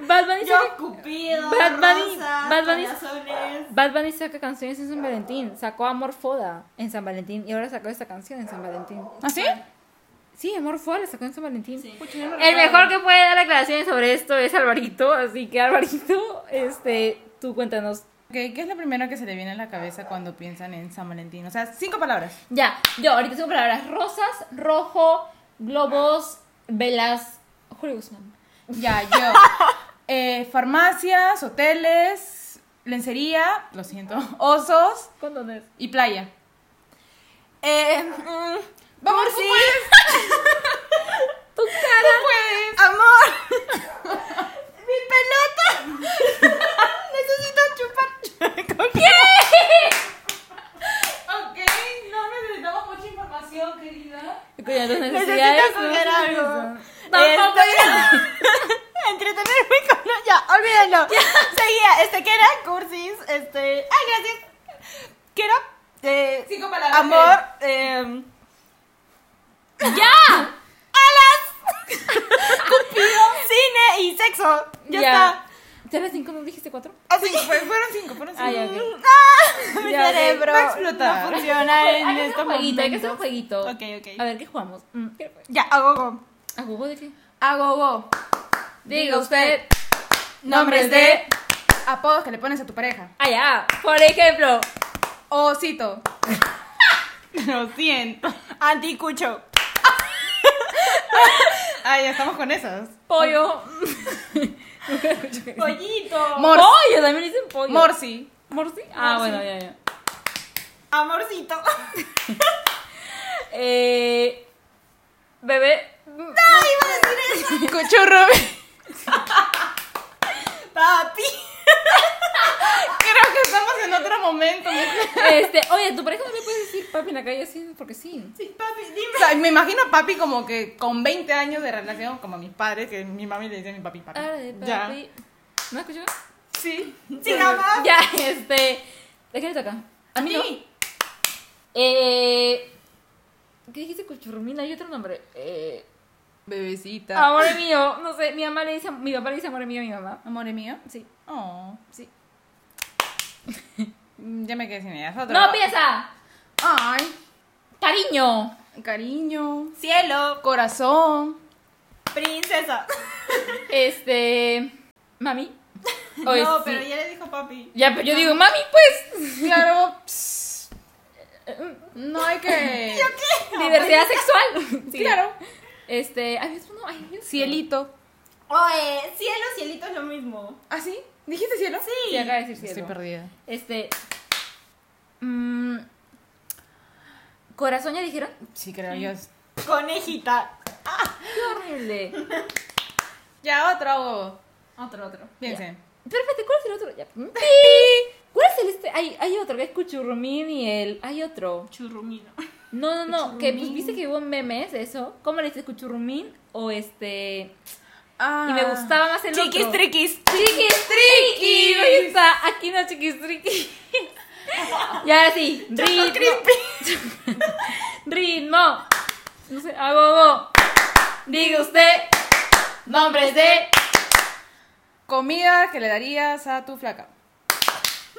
S4: Bad Bunny,
S2: Yo,
S4: saca,
S2: Cupido,
S4: Bad Bunny-
S2: rosas,
S4: Bad Bunny-
S2: corazones.
S4: Bad Bunny saca canciones en San Valentín, sacó Amor Foda en San Valentín y ahora sacó esta canción en San Valentín.
S3: ¿Ah, sí?
S4: Sí, Amor Foda la sacó en San Valentín.
S2: Sí.
S4: El mejor que puede dar aclaraciones sobre esto es Alvarito, así que Alvarito, este, tú cuéntanos
S3: Ok, ¿Qué es lo primero que se le viene a la cabeza cuando piensan en San Valentín? O sea, cinco palabras.
S4: Ya, yo ahorita tengo palabras rosas, rojo, globos, velas. Julio Guzmán.
S3: Ya, yo. Eh, farmacias, hoteles, lencería, lo siento, osos
S4: ¿Cuándo es?
S3: y playa.
S2: Eh, mm,
S3: Vamos, pues.
S2: cursi,
S4: ¡Tu cara!
S2: amor. Mi pelota. Necesito chupar.
S3: Ok, no necesitamos mucha información, querida.
S4: Cuidado tus
S2: Necesito
S4: necesidades.
S2: coger
S4: ¿no? algo. Tampoco
S1: Este-
S3: pues.
S1: Entretenerme con... Ya, olvídenlo. Seguía, este, ¿qué era? Cursis, este... Ay, gracias. ¿Qué era? Eh,
S2: Cinco palabras.
S1: amor, eh,
S4: ¡Ya!
S1: cine y sexo. Ya, está.
S4: ¿Te eres cinco? ¿No dijiste cuatro?
S1: Así
S3: Fue- fueron cinco, fueron cinco.
S4: Ah, ya, ok.
S1: mi
S3: Ya, ok,
S1: cerebro
S3: va a explotar.
S1: no funciona en
S4: Hay que hacer
S1: estos
S4: un jueguito, hay que hacer
S1: momentos.
S4: un jueguito.
S1: Ok, ok.
S4: A ver, ¿qué jugamos? Mm, ¿qué fue?
S1: Ya, hago go.
S4: ¿A juego de qué?
S3: Agobo.
S4: Diga usted.
S3: Nombres de apodos que le pones a tu pareja.
S4: Ah, ya. Por ejemplo.
S3: Osito.
S1: Lo siento. Anticucho.
S3: Ah, ya estamos con esas.
S4: Pollo. Nunca escucho que dicen.
S2: Pollito.
S3: Mor-
S4: Pollo, Oh, también dicen pollo.
S3: Morsi.
S4: Morsi. Ah, bueno, ya, ya.
S1: Amorcito.
S4: Eh, bebé.
S3: Cuchurro.
S1: Papi.
S3: Creo que estamos en otro momento. ¿no?
S4: Este, oye, ¿tu pareja no le puedes decir papi en la calle así? Porque sí.
S1: Sí, papi, dime.
S3: O sea, me imagino a papi como que con 20 años de relación, como a mis padres, que mi mami le dice a mi papi, papi.
S4: Ah, de papi.
S3: Ya.
S4: ¿No escuchó?
S3: Sí.
S1: Sin amor.
S4: Ya, este. ¿De qué le toca? A mí no. Eh. ¿Qué dijiste cuchurrumina? Hay otro nombre. Eh,
S3: Bebecita.
S4: amor mío. No sé, mi mamá le dice, mi papá le dice amor mío a mi mamá.
S3: Amor mío.
S4: Sí.
S3: Oh.
S4: Sí.
S3: Mm, Ya me quedé sin ideas. Otro.
S4: No, piensa.
S3: Ay.
S4: Cariño.
S3: Cariño.
S1: Cielo.
S3: Corazón.
S1: Princesa.
S4: Este. Mami. Oye,
S1: no,
S4: sí.
S1: pero ya le dijo papi.
S4: Ya, pero yo digo, mami, pues.
S3: Claro. pss, No hay que.
S4: Diversidad sexual. Sí.
S3: Claro.
S4: Este, ay, es uno, ay, Dios.
S3: Cielito.
S1: Oye, cielo, cielito es lo mismo.
S3: ¿Ah, sí? ¿Dijiste cielo?
S1: Sí.
S4: Sí, acaba de decir
S3: Estoy
S4: cielo.
S3: perdida.
S4: Este. mm, Corazón ya dijeron.
S3: Sí, creo yo.
S1: Conejita.
S4: Qué horrible.
S3: Ya, otro huevo.
S2: Otro, otro.
S3: Piensen.
S4: Perfecto, ¿cuál es el otro? Ya. ¡Pi! ¿Cuál es el este? Hay, hay otro que es Cuchurrumín y el. Hay otro.
S1: Churrumino.
S4: No, no, no. Que pues, viste que hubo memes, eso. ¿Cómo le dices Cuchurrumín? O este.
S3: Ah.
S4: Y me gustaba más el
S1: Chiquis
S4: otro.
S1: triquis.
S4: Chiquis triquis. Ahí está. Aquí no chiquis triquis. Y ahora sí. Ritmo. Ritmo. No sé, agogo. Diga usted. Nombres de.
S3: Comida que le darías a tu flaca.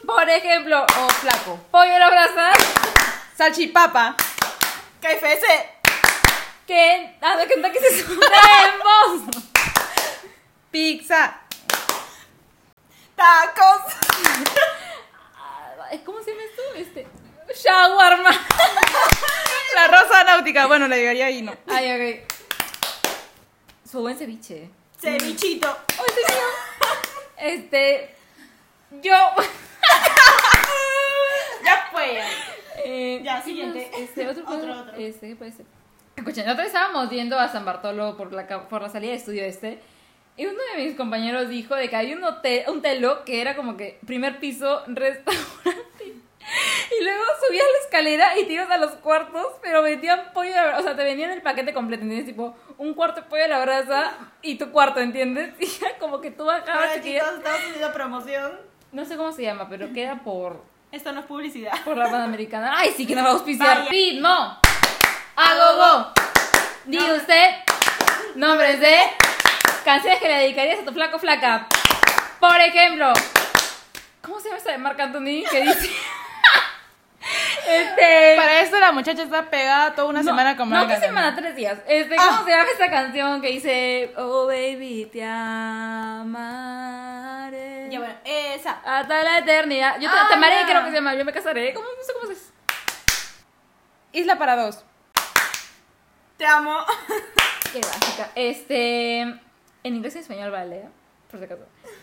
S4: Por ejemplo,
S3: O flaco.
S4: pollo a la brasa.
S3: Salchipapa.
S1: KFC.
S4: Que. Ah, no, que no, que se una en voz.
S3: Pizza.
S1: Tacos.
S4: ¿Cómo se llama esto? Este. Shawarma.
S3: La rosa náutica. Bueno, le llegaría ahí, no.
S4: Ay, ok. Su buen ceviche.
S1: Cevichito.
S4: Este. Yo.
S1: Ya fue.
S4: Eh,
S1: Ya,
S4: ¿qué
S1: siguiente.
S4: más? Este, otro,
S1: Otro,
S4: otro,
S1: otro.
S4: Este, ¿qué puede ser? Escuchen, la otra vez estábamos yendo a San Bartolo por la, ca- por la salida de estudio este. Y uno de mis compañeros dijo de que había un, hotel, un telo que era como que primer piso, restaurante. Y luego subías la escalera y te ibas a los cuartos, pero vendían pollo a la brasa. O sea, te vendían el paquete completo, ¿entiendes? Tipo, un cuarto de pollo a la brasa y tu cuarto, ¿entiendes? Y era como que tú
S1: Ahora
S4: bajabas y
S1: chicos, estamos haciendo promoción.
S4: No sé cómo se llama, pero queda por
S1: Esto no es publicidad.
S4: por la Panamericana. Ay, sí que nos va a auspiciar.
S1: Vaya.
S4: Pitmo. Agogo. Diga usted nombres de canciones que le dedicarías a tu flaco flaca. Por ejemplo, ¿cómo se llama esa de Marc Anthony que dice? este
S3: Para esto la muchacha está pegada toda una
S4: no,
S3: semana con
S4: No,
S3: Marc
S4: ¿qué
S3: Anthony. Ah.
S4: semana? Tres días. Este, ¿Cómo se llama esa canción que dice Oh baby, te amaré?
S2: Ya bueno, esa.
S4: Hasta la eternidad. Yo te,
S2: Ah,
S4: te amaré,
S2: ya.
S4: creo que se llama. Yo me casaré. ¿Cómo, no sé cómo se dice?
S3: Isla para dos.
S1: Te amo.
S4: Qué básica. Este. En inglés y en español vale, ¿eh? por si acaso.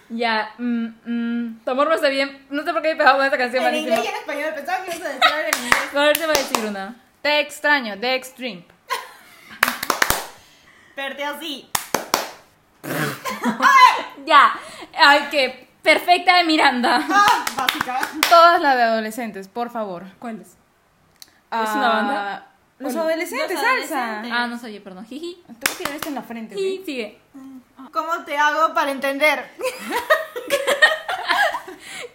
S4: Ya, mm, mm, tu amor me hace bien. No sé por qué he pegado con esta canción,
S1: En inglés y
S4: malísimo.
S1: en español. Pensaba que ibas a decir algo en inglés.
S4: A ver, te voy a decir una.
S3: Te extraño. De extreme.
S1: Verte así.
S4: Ya. Ay, qué perfecta de Miranda.
S1: Ah, básica.
S3: Todas las de adolescentes, por favor.
S4: ¿Cuál es?
S3: Ah,
S4: una banda?
S3: Los adolescentes,
S2: los
S3: salsa.
S2: adolescentes.
S4: Ah, no soy yo, perdón. Jiji.
S3: Te voy a tirar esto en la frente. ¿ok?
S4: Jiji, sigue.
S2: Ah.
S1: ¿Cómo te hago para entender?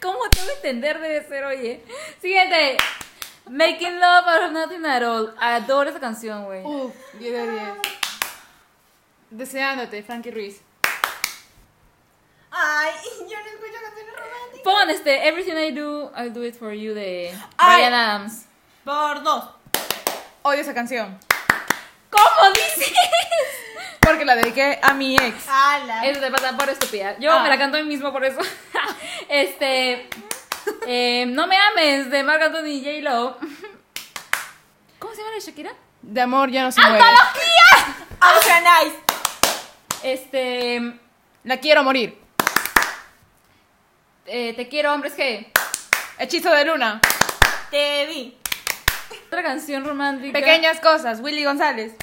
S4: ¿Cómo tengo que entender debe ser, oye? Siguiente. Making Love Out of Nothing at All. Adoro esa canción, güey.
S3: Uf, 10 de 10. Deseándote, Frankie Ruiz.
S1: Ay, yo no escucho canciones románticas.
S4: Pon este Everything I Do, I'll Do It For You de
S1: Ay.
S4: Brian Adams.
S2: Por dos.
S3: Odio esa canción.
S4: ¿Cómo dices?
S3: Porque la dediqué a mi ex.
S1: Ala.
S4: Eso te pasa por estúpida. Yo
S3: Ah.
S4: me la canto a mí mismo por eso. este. eh, no me ames de Marc Anthony y J. Lo. ¿Cómo se llama la de Shakira?
S3: De amor ya no se muere.
S1: Ocean Eyes.
S4: Este.
S3: La quiero morir.
S4: eh, te quiero, hombres que.
S3: Hechizo de luna.
S2: Te vi.
S4: Otra canción romántica.
S3: Pequeñas cosas. Willy González.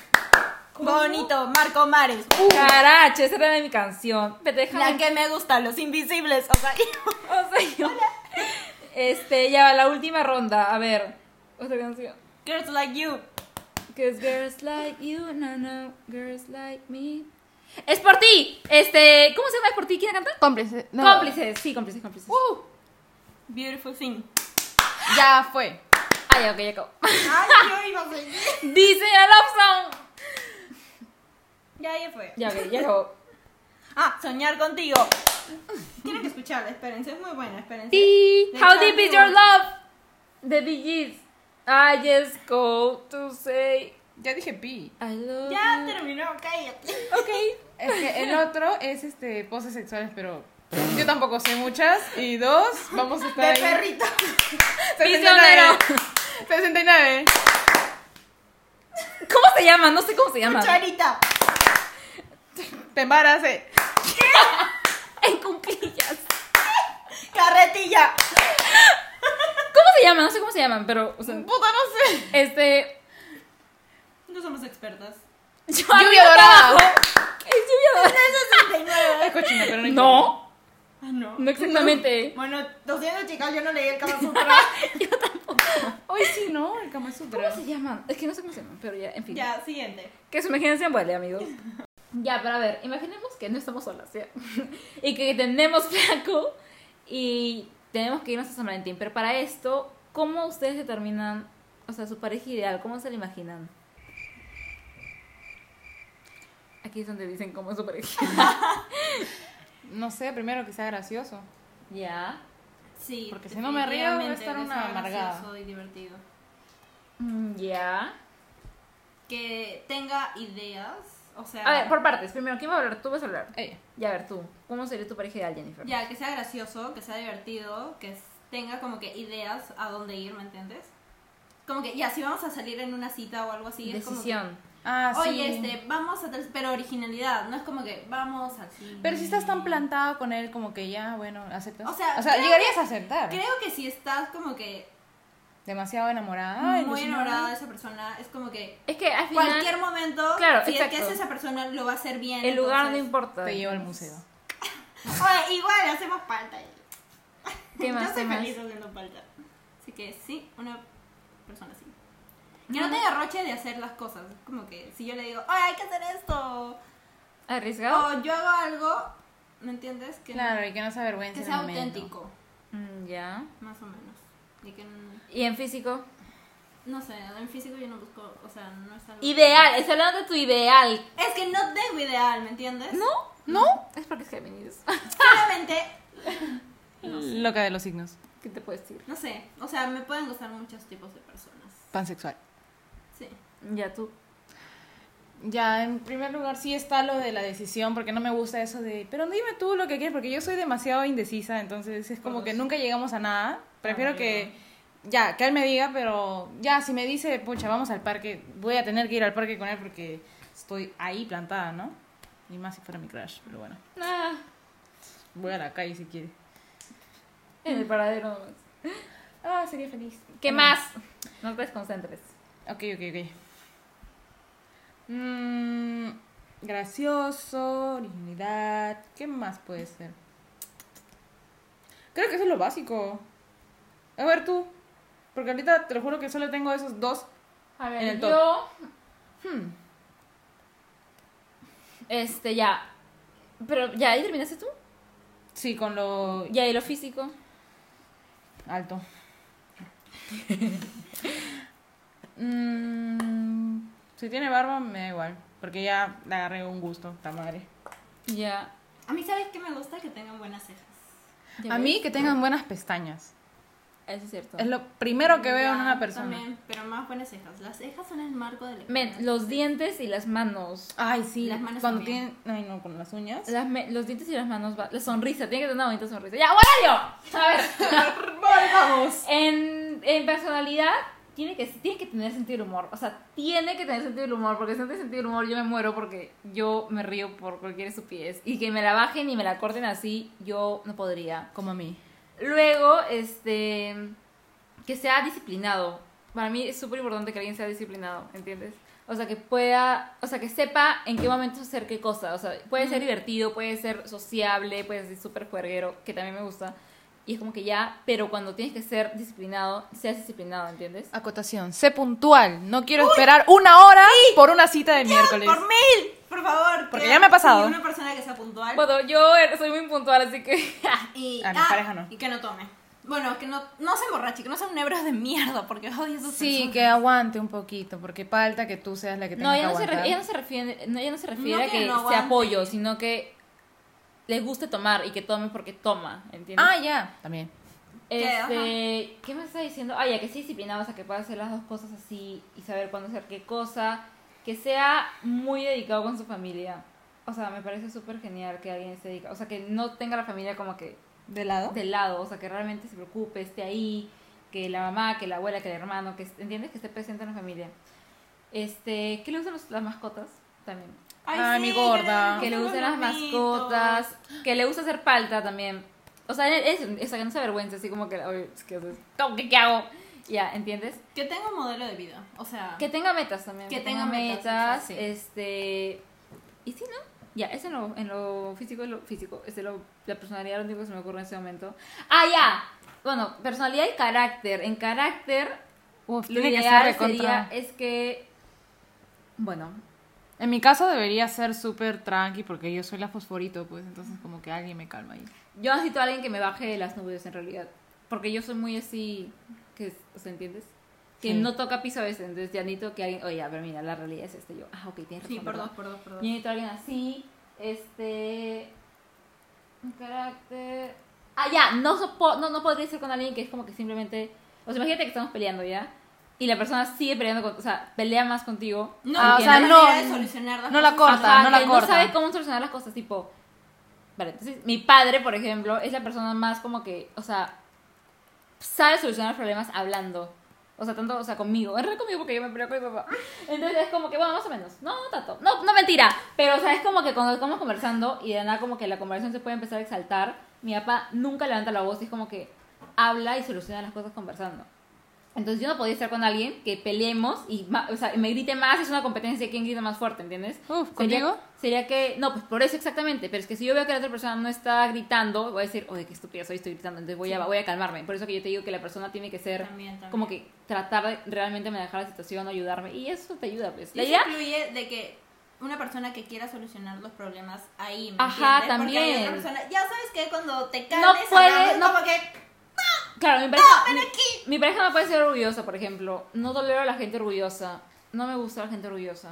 S2: Bonito, Marco Mares.
S4: Carache, esa era de mi canción. Vete, déjame-
S2: La que me gusta, los invisibles. O sea,
S4: O sea, yo- Este, ya va, la última ronda. A ver. Otra canción.
S2: girls like you.
S4: Cause girls like you, no, no, girls like me. Es por ti. Este, ¿cómo se llama Es por ti? ¿Quién la canta?
S3: Cómplice. no.
S4: Cómplices, sí, cómplices, cómplices.
S3: Uh,
S2: Beautiful thing.
S3: ya fue.
S4: Ah, ya, ok, ya acabo.
S1: Ay, yo iba a seguir.
S4: Dice la love song.
S2: Ya, ya fue.
S4: Ya, ok, ya acabo.
S2: Ah, soñar contigo. Tienen que escucharla, espérense, es muy buena, espérense.
S4: Sí.
S2: De
S4: How deep
S2: Charlie
S4: is your
S2: Watts.
S4: love? The Bee Gees. I just go to say
S3: Ya dije pi.
S4: I love
S2: Ya
S4: you.
S2: terminó, cállate.
S3: Es que el otro es este poses sexuales, pero yo tampoco sé muchas. Y dos, vamos a estar
S1: De
S3: ahí.
S1: perrito.
S3: 69. 69.
S4: ¿Cómo se llama? No sé cómo se llama.
S1: Charita.
S3: Te embarace.
S4: En cuclillas.
S1: Carretilla.
S4: ¿Cómo se llama? No sé cómo se llaman, pero, o sea,
S3: Puta, no sé.
S4: este.
S2: No somos expertas.
S4: Lluvia dorada. ¿Qué es lluvia dorada?
S1: 69.
S3: Es cochina, pero no importa.
S4: No,
S2: Ah, no.
S4: no exactamente.
S1: Bueno, 200 chicas, yo no leí el Kama Sutra.
S3: Hoy sí, ¿no? El Kama Sutra.
S4: ¿Cómo se llaman? Es que no sé cómo se llaman, pero ya, en fin.
S2: Ya, siguiente.
S4: Que su imaginación vale, amigos. Ya, pero a ver, imaginemos que no estamos solas, ¿ya? y que tenemos flaco y tenemos que irnos a San Valentín. Pero para esto, ¿cómo ustedes determinan, o sea, su pareja ideal? ¿Cómo se la imaginan? Aquí es donde dicen cómo es su pareja.
S3: No sé, primero que sea gracioso.
S4: ya.
S2: Sí.
S3: Porque si no me río, voy a estar una amargada.
S2: y divertido.
S4: Mm, Ya.
S2: Que tenga ideas, o sea.
S4: A ver, por partes. Primero, ¿quién va a hablar? Tú vas a hablar.
S3: Ella.
S4: Ya, a ver, tú. ¿Cómo sería tu pareja ideal, Jennifer?
S2: Ya, que sea gracioso, que sea divertido, que s- tenga como que ideas a dónde ir, ¿me entiendes? Como que, ya, si vamos a salir en una cita o algo así, es
S4: Decisión.
S3: Ah,
S2: como que, oye, este, vamos a... tal- Pero originalidad, no es como que, vamos así.
S3: Pero si estás tan plantado con él, como que ya, bueno, aceptas.
S2: O sea, creo
S3: llegarías
S2: que-
S3: a aceptar.
S2: Creo que si estás como que
S3: Demasiado enamorada.
S2: muy
S3: ilusionada.
S2: enamorada de esa persona, es como que
S4: Es que al final,
S2: cualquier momento,
S4: Claro,
S2: si es que
S4: exacto.
S2: es esa persona, lo va a hacer bien.
S4: el lugar no
S2: entonces-
S4: importa.
S3: Te llevo al museo.
S1: Oye, igual hacemos palta.
S4: ¿Qué más?
S2: Yo soy
S4: qué más?
S2: feliz haciendo palta. Así que sí, una persona así. Que no tenga roche de hacer las cosas. Como que si yo le digo, ay, hay que hacer esto.
S4: ¿Arriesgado?
S2: O yo hago algo, ¿me entiendes? Que, no-
S3: Claro, y que no se avergüence.
S2: que
S3: en
S2: sea
S3: el momento.
S2: auténtico,
S4: Mm, ya.
S2: más o menos. Y que no,
S4: ¿Y en físico?
S2: no sé, en físico yo no busco, o sea, no es algo. que-
S4: Ideal. Está hablando de tu ideal.
S2: Es que no tengo ideal, ¿me entiendes?
S4: ¿No? ¿No? Es porque es Géminis.
S2: Solamente,
S3: Loca de los signos.
S4: ¿Qué te puedo decir?
S2: no sé, o sea, me pueden gustar muchos tipos de personas.
S3: Pansexual.
S2: Sí.
S4: Ya tú.
S3: Ya, en primer lugar sí está lo de la decisión, porque no me gusta eso de, pero dime tú lo que quieres, porque yo soy demasiado indecisa, entonces es como que nunca llegamos a nada. Prefiero que, ya, que él me diga, pero ya, si me dice, pucha, vamos al parque, voy a tener que ir al parque con él porque estoy ahí plantada, ¿no? Y más si fuera mi crush, pero bueno,
S4: Ah,
S3: voy a la calle si quiere.
S4: en el paradero nomás.
S3: Ah, sería feliz.
S4: ¿Qué más? No te desconcentres.
S3: Ok, ok, ok. Mm, gracioso, originalidad. ¿Qué más puede ser? Creo que eso es lo básico. A ver tú. Porque ahorita te lo juro que solo tengo esos dos
S4: A ver,
S3: En el top.
S4: yo. Hmm. Este, ya. Pero, ¿ya ahí terminaste tú?
S3: Sí, con lo
S4: Ya, y lo físico.
S3: alto. Mm, si tiene barba, me da igual. Porque ya le agarré un gusto, esta madre.
S4: Ya.
S2: A mí, ¿sabes qué me gusta? Que tengan buenas cejas.
S4: ¿Ya
S3: A
S4: ves?
S3: mí que tengan buenas pestañas.
S4: Eso es cierto.
S3: Es lo primero que veo en
S2: Ya,
S3: una persona.
S2: También, pero más buenas cejas. Las cejas son el marco del
S4: Men, los dientes y las manos.
S3: Ay, sí.
S2: Las manos
S3: cuando
S2: también.
S3: tienen. Ay, no, con las uñas.
S4: Las me- los dientes y las manos. va- La sonrisa. Tiene que tener una bonita sonrisa. ¡Ya, horario! A ver.
S3: Vamos.
S4: en, en personalidad. Tiene que, tiene que tener sentido del humor. O sea, tiene que tener sentido del humor. Porque si no tiene sentido del humor, yo me muero porque yo me río por cualquier estupidez. Y que me la bajen y me la corten así, yo no podría.
S3: Como a mí.
S4: Luego, este. Que sea disciplinado. Para mí es súper importante que alguien sea disciplinado, ¿entiendes? O sea, que pueda. O sea, que sepa en qué momento hacer qué cosa. O sea, puede ser divertido, puede ser sociable, puede ser súper juerguero, que también me gusta. Y es como que ya, pero cuando tienes que ser disciplinado, seas disciplinado, ¿entiendes?
S3: Acotación. Sé puntual. No quiero esperar una hora por una cita de miércoles.
S2: Por mil, por favor.
S3: Porque
S2: que-
S3: ya me ha pasado. Pues,
S2: y una persona que sea puntual.
S4: Bueno, yo er- soy muy puntual, así que.
S2: Y,
S3: Ah, no, pareja no.
S2: Y que no tome. Bueno, que no, no se emborrache, que no sean nebros de mierda, porque odio esos
S3: Sí, que aguante un poquito, porque falta que tú seas la que tenga
S4: No, ella
S3: que
S4: no, se re-
S3: aguantar.
S4: ella no se refiere, no, ella no se refiere
S2: No
S4: a
S2: que
S4: que
S2: no
S4: sea
S2: aguante.
S4: apoyo, sino que le guste tomar y que tome porque toma, ¿entiendes?
S3: Ah, ya. También.
S4: Este, ¿qué me está diciendo? Ah, ya que sí disciplinado, o sea, que pueda hacer las dos cosas así y saber cuándo hacer qué cosa, que sea muy dedicado con su familia. O sea, me parece súper genial que alguien se dedica, o sea, que no tenga la familia como que
S3: ¿De lado?
S4: de lado, o sea, que realmente se preocupe, esté ahí, que la mamá, que la abuela, que el hermano, que entiendes que esté presente en la familia. Este, ¿qué le gustan los- las mascotas? También.
S3: Ay, mi
S2: Ah,
S3: gorda.
S4: Que le gustan las mascotas, que le gusta hacer palta también. O sea, es, es- o sea, que no se avergüenza, así como que, "Oye, es que, es- ¿cómo que qué hago? Ya, ¿entiendes?
S2: Que tenga un modelo de vida. O sea,
S4: Que tenga metas también.
S2: Ah. Que tenga metas, o sea, sí.
S4: este... Y sí, ¿no? Ya, eso en lo, en lo físico, es lo físico, es de lo, la personalidad, lo único que se me ocurre en ese momento. Ah, ya. Bueno, personalidad y carácter. En carácter,
S3: Uf,
S4: lo
S3: tiene que ser
S4: ideal
S3: recontra.
S4: sería es que... Bueno,
S3: En mi caso debería ser súper tranqui porque yo soy la fosforito, pues entonces como que alguien me calma ahí.
S4: Yo necesito a alguien que me baje de las nubes en realidad. Porque yo soy muy así, que, es- o sea, ¿entiendes? Que
S3: Sí.
S4: no toca piso a veces, entonces ya necesito que alguien, oye, a ver, mira, la realidad es esta. Yo, ah, ok, tienes razón.
S2: Sí, perdón,
S4: ¿verdad?".
S2: perdón,
S4: Yo
S2: perdón.
S4: necesito a alguien así, este. Un carácter. Ah, ya, no, sopo- no, no podría ser con alguien que es como que simplemente. O sea, imagínate que estamos peleando ya. Y la persona sigue peleando con. O sea, pelea más contigo.
S2: No,
S3: Ah, o
S2: que
S3: sea,
S2: la
S3: no-
S2: manera de solucionar las
S3: no la
S2: cosas.
S3: corta,
S4: Ajá,
S3: no la
S4: que
S3: corta.
S4: No sabe cómo solucionar las cosas, tipo. Vale, entonces mi padre, por ejemplo, es la persona más como que, o sea, sabe solucionar problemas hablando. O sea, tanto, o sea, conmigo. Es re conmigo porque yo me peleo con mi papá. Entonces es como que, bueno, más o menos. No, no tanto. No, no mentira. Pero, o sea, es como que cuando estamos conversando y de nada como que la conversación se puede empezar a exaltar, mi papá nunca levanta la voz y es como que habla y soluciona las cosas conversando. Entonces yo no podía estar con alguien que peleemos y, ma- o sea, y me grite más, es una competencia de quién grita más fuerte, ¿entiendes?
S3: Uf,
S4: Sería-
S3: ¿contigo?
S4: Sería que, no, pues por eso exactamente, pero es que si yo veo que la otra persona no está gritando, voy a decir, oye, qué estúpida soy, estoy gritando, entonces voy a, voy a calmarme. Por eso que yo te digo que la persona tiene que ser
S2: También, también.
S4: como que tratar de realmente manejar la situación, ayudarme, y eso te ayuda, pues.
S2: Y
S4: La
S2: eso
S4: idea,
S2: incluye de que una persona que quiera solucionar los problemas ahí, ¿me
S4: Ajá,
S2: entiendes? Porque hay otra
S4: también.
S2: persona- ya sabes que cuando te calmes,
S4: No puede,
S2: hablando,
S4: no-
S2: como que
S4: claro, mi pareja,
S2: ven
S4: mi-
S2: aquí.
S4: mi pareja no puede ser orgullosa, por ejemplo. No tolero a la gente orgullosa. No me gusta la gente orgullosa.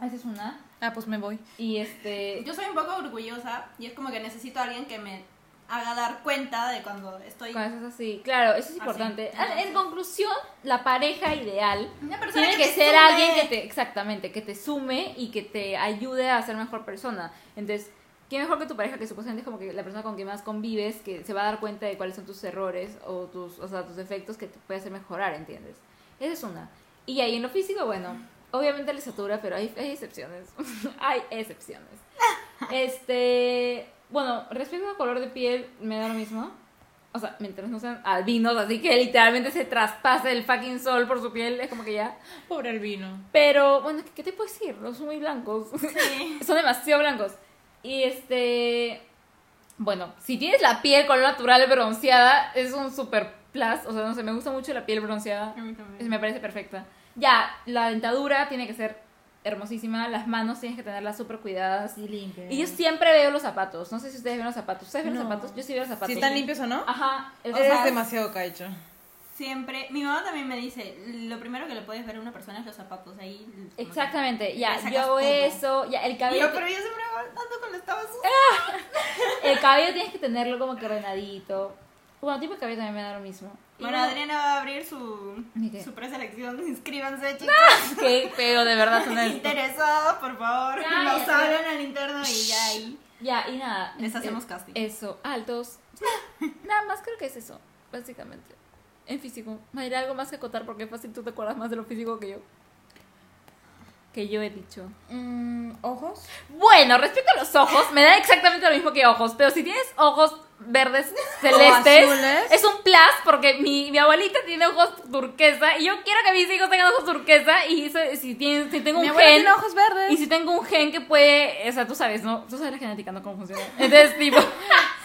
S4: Esa es una.
S3: Ah, pues me voy.
S4: Y este...
S2: Yo soy un poco orgullosa y es como que necesito a alguien que me haga dar cuenta de cuando estoy.
S4: Cuando estás así, claro, eso es importante.
S2: Así.
S4: En conclusión, la pareja ideal
S2: Una persona
S4: tiene que,
S2: que te
S4: ser
S2: sume.
S4: alguien que te, exactamente, que te sume y que te ayude a ser mejor persona. Entonces, ¿qué mejor que tu pareja que supuestamente es como que la persona con quien más convives, que se va a dar cuenta de cuáles son tus errores o tus, o sea, tus defectos que te puede hacer mejorar, ¿entiendes? Esa es una. Y ahí en lo físico, bueno, obviamente les satura, pero hay, hay excepciones. hay excepciones. Este, bueno, respecto al color de piel, me da lo mismo. O sea, mientras no sean albinos, así que literalmente se traspasa el fucking sol por su piel, es como que ya.
S3: Pobre albino.
S4: Pero, bueno, ¿qué te puedo decir? No son muy blancos. son demasiado blancos. Y este. Bueno, si tienes la piel color natural bronceada, es un super plus. O sea, no sé, me gusta mucho la piel bronceada.
S2: A mí también.
S4: Me parece perfecta. ya, la dentadura tiene que ser hermosísima, las manos tienes que tenerlas súper cuidadas.
S1: Y limpia.
S4: Y yo siempre veo los zapatos. No sé si ustedes ven los zapatos. ¿Ustedes ven los
S1: No.
S4: zapatos? Yo sí veo los zapatos.
S3: Si están limpios Ah, o no,
S4: Ajá. El-
S3: eres
S4: o sea,
S3: demasiado caicho.
S2: Siempre, mi mamá también me dice, lo primero que le puedes ver a una persona es los zapatos ahí. como que-
S4: Exactamente,
S2: Le
S4: ya,
S2: sacas
S4: yo
S2: todo.
S4: hago eso, ya, el
S2: Y
S4: cabello,
S2: yo, pero yo siempre ando con estaba sucia.
S4: el cabello tienes que tenerlo como que ordenadito. Bueno, tipo de cabello también me da lo mismo. Y
S2: Bueno, Adriana va a abrir su,
S4: ¿Mi qué?
S2: su preselección. Inscríbanse, chicos.
S3: Qué feo, de verdad, son
S2: Interesados, por favor.
S4: Ya,
S2: Nos
S4: ya.
S2: hablan al interno y ya ahí.
S4: Ya, y nada.
S2: Les
S4: eh,
S2: hacemos casting.
S4: Eso, altos. nada más creo que es eso, básicamente. En físico. Mayra, algo más que acotar porque fácil tú te acuerdas más de lo físico que yo. Que yo he dicho.
S3: Mm, ¿Ojos?
S4: Bueno, respecto a los ojos, me da exactamente lo mismo que ojos, pero si tienes ojos verdes celestes,
S3: azules.
S4: es un plus porque mi, mi abuelita tiene ojos turquesa y yo quiero que mis hijos tengan ojos turquesa y eso- si, tienen, si tengo
S3: Mi
S4: un
S3: abuela
S4: gen
S3: tiene ojos verdes.
S4: y si tengo un gen que puede, o sea, tú sabes, ¿no? Tú sabes la genética, ¿no? Cómo funciona. Entonces, tipo,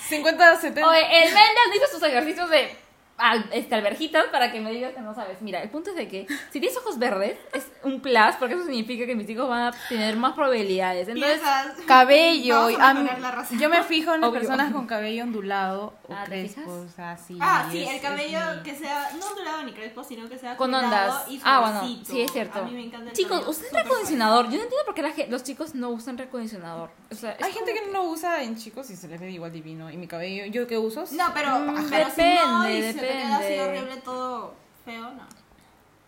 S3: 50, 70.
S4: oye, el Mendel hizo sus ejercicios de al- este, alberjitas para que me digas que no sabes. Mira, el punto es de que si tienes ojos verdes es un plus porque eso significa que mis hijos van a tener más probabilidades. Entonces,
S2: Piezas.
S3: Cabello.
S2: Vamos a
S3: a mí-
S2: mejorar la raza.
S3: yo me fijo en las
S4: Obvio.
S3: personas con cabello ondulado o
S4: Ah, ¿te fijas?
S3: crespos, así.
S2: Ah, sí,
S3: es-
S2: el
S3: es
S2: cabello
S3: mi-
S2: que sea, no ondulado ni crespo, sino que sea
S4: con
S2: cuidado
S4: ondas.
S2: y
S4: Ah, bueno,
S2: suavecito.
S4: sí, es cierto.
S2: A mí me encanta el
S4: Chicos,
S2: cabello
S4: usen
S2: súper
S4: recondicionador. Yo no entiendo por qué la ge- los chicos no usan recondicionador. O sea, es
S3: Hay gente que no lo usa en chicos y se les ve igual divino. Y mi cabello, ¿yo qué uso?
S2: suave. No, pero,
S4: Mm,
S2: pero si no y
S4: depende,
S2: se te queda así
S4: depende.
S2: horrible todo feo, no.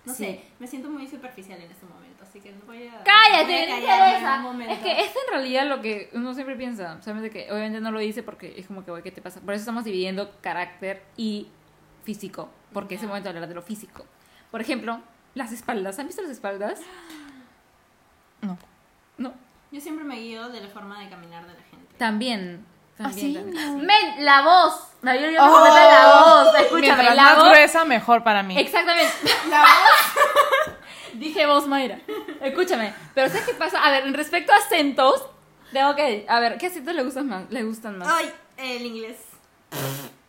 S2: No
S4: Sí.
S2: sé, me siento muy superficial en este momento, así que no voy a...
S4: Cállate,
S2: voy
S4: no
S2: a
S4: interesa.
S2: callarme en un
S4: Es que
S2: momento.
S4: es en realidad lo que uno siempre piensa. Solamente que obviamente no lo dice porque es como que, güey, ¿qué te pasa? Por eso estamos dividiendo carácter y físico. Porque es el momento de hablar de lo físico. Por ejemplo, las espaldas. ¿Han visto las espaldas?
S3: No.
S4: No.
S2: Yo siempre me guío de la forma de caminar de la gente.
S4: También.
S2: ¿Ah,
S3: sí?
S4: También, también. Men, la voz. Me había olvidado
S3: Oh.
S4: comentar la voz. Escúchame,
S3: Mientras
S4: la
S3: más
S4: voz.
S3: gruesa, mejor para mí.
S4: Exactamente. Dije vos, Mayra. Escúchame. Pero ¿sabes qué pasa? A ver, en respecto a acentos, tengo que. A ver, ¿qué acentos le gustan más? Le gustan más.
S2: Ay, el inglés.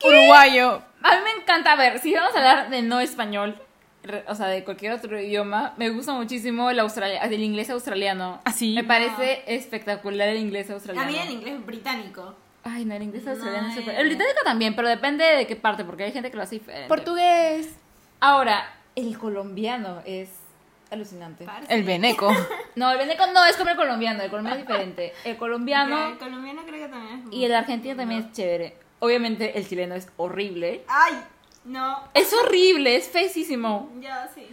S3: Uruguayo.
S4: A mí me encanta, a ver, si vamos a hablar de no español, re- o sea, de cualquier otro idioma, me gusta muchísimo el, australia- el inglés australiano.
S3: ¿Ah, sí?
S4: Me parece espectacular el inglés
S2: A
S4: australiano.
S2: mí el inglés británico.
S4: Ay, no, el inglés australiano es
S2: No,
S4: súper-
S2: eh.
S4: El británico también, pero depende de qué parte, porque hay gente que lo hace diferente.
S3: Portugués.
S4: Ahora, el colombiano es alucinante.
S2: Parce.
S3: El veneco.
S4: No, el veneco no es como el colombiano, el colombiano es diferente. El
S2: Ya,
S4: colombiano
S2: El colombiano creo que también es
S4: y el argentino también es chévere. Obviamente el chileno es horrible.
S2: Ay, no.
S4: Es horrible, es feísimo.
S2: Ya, sí.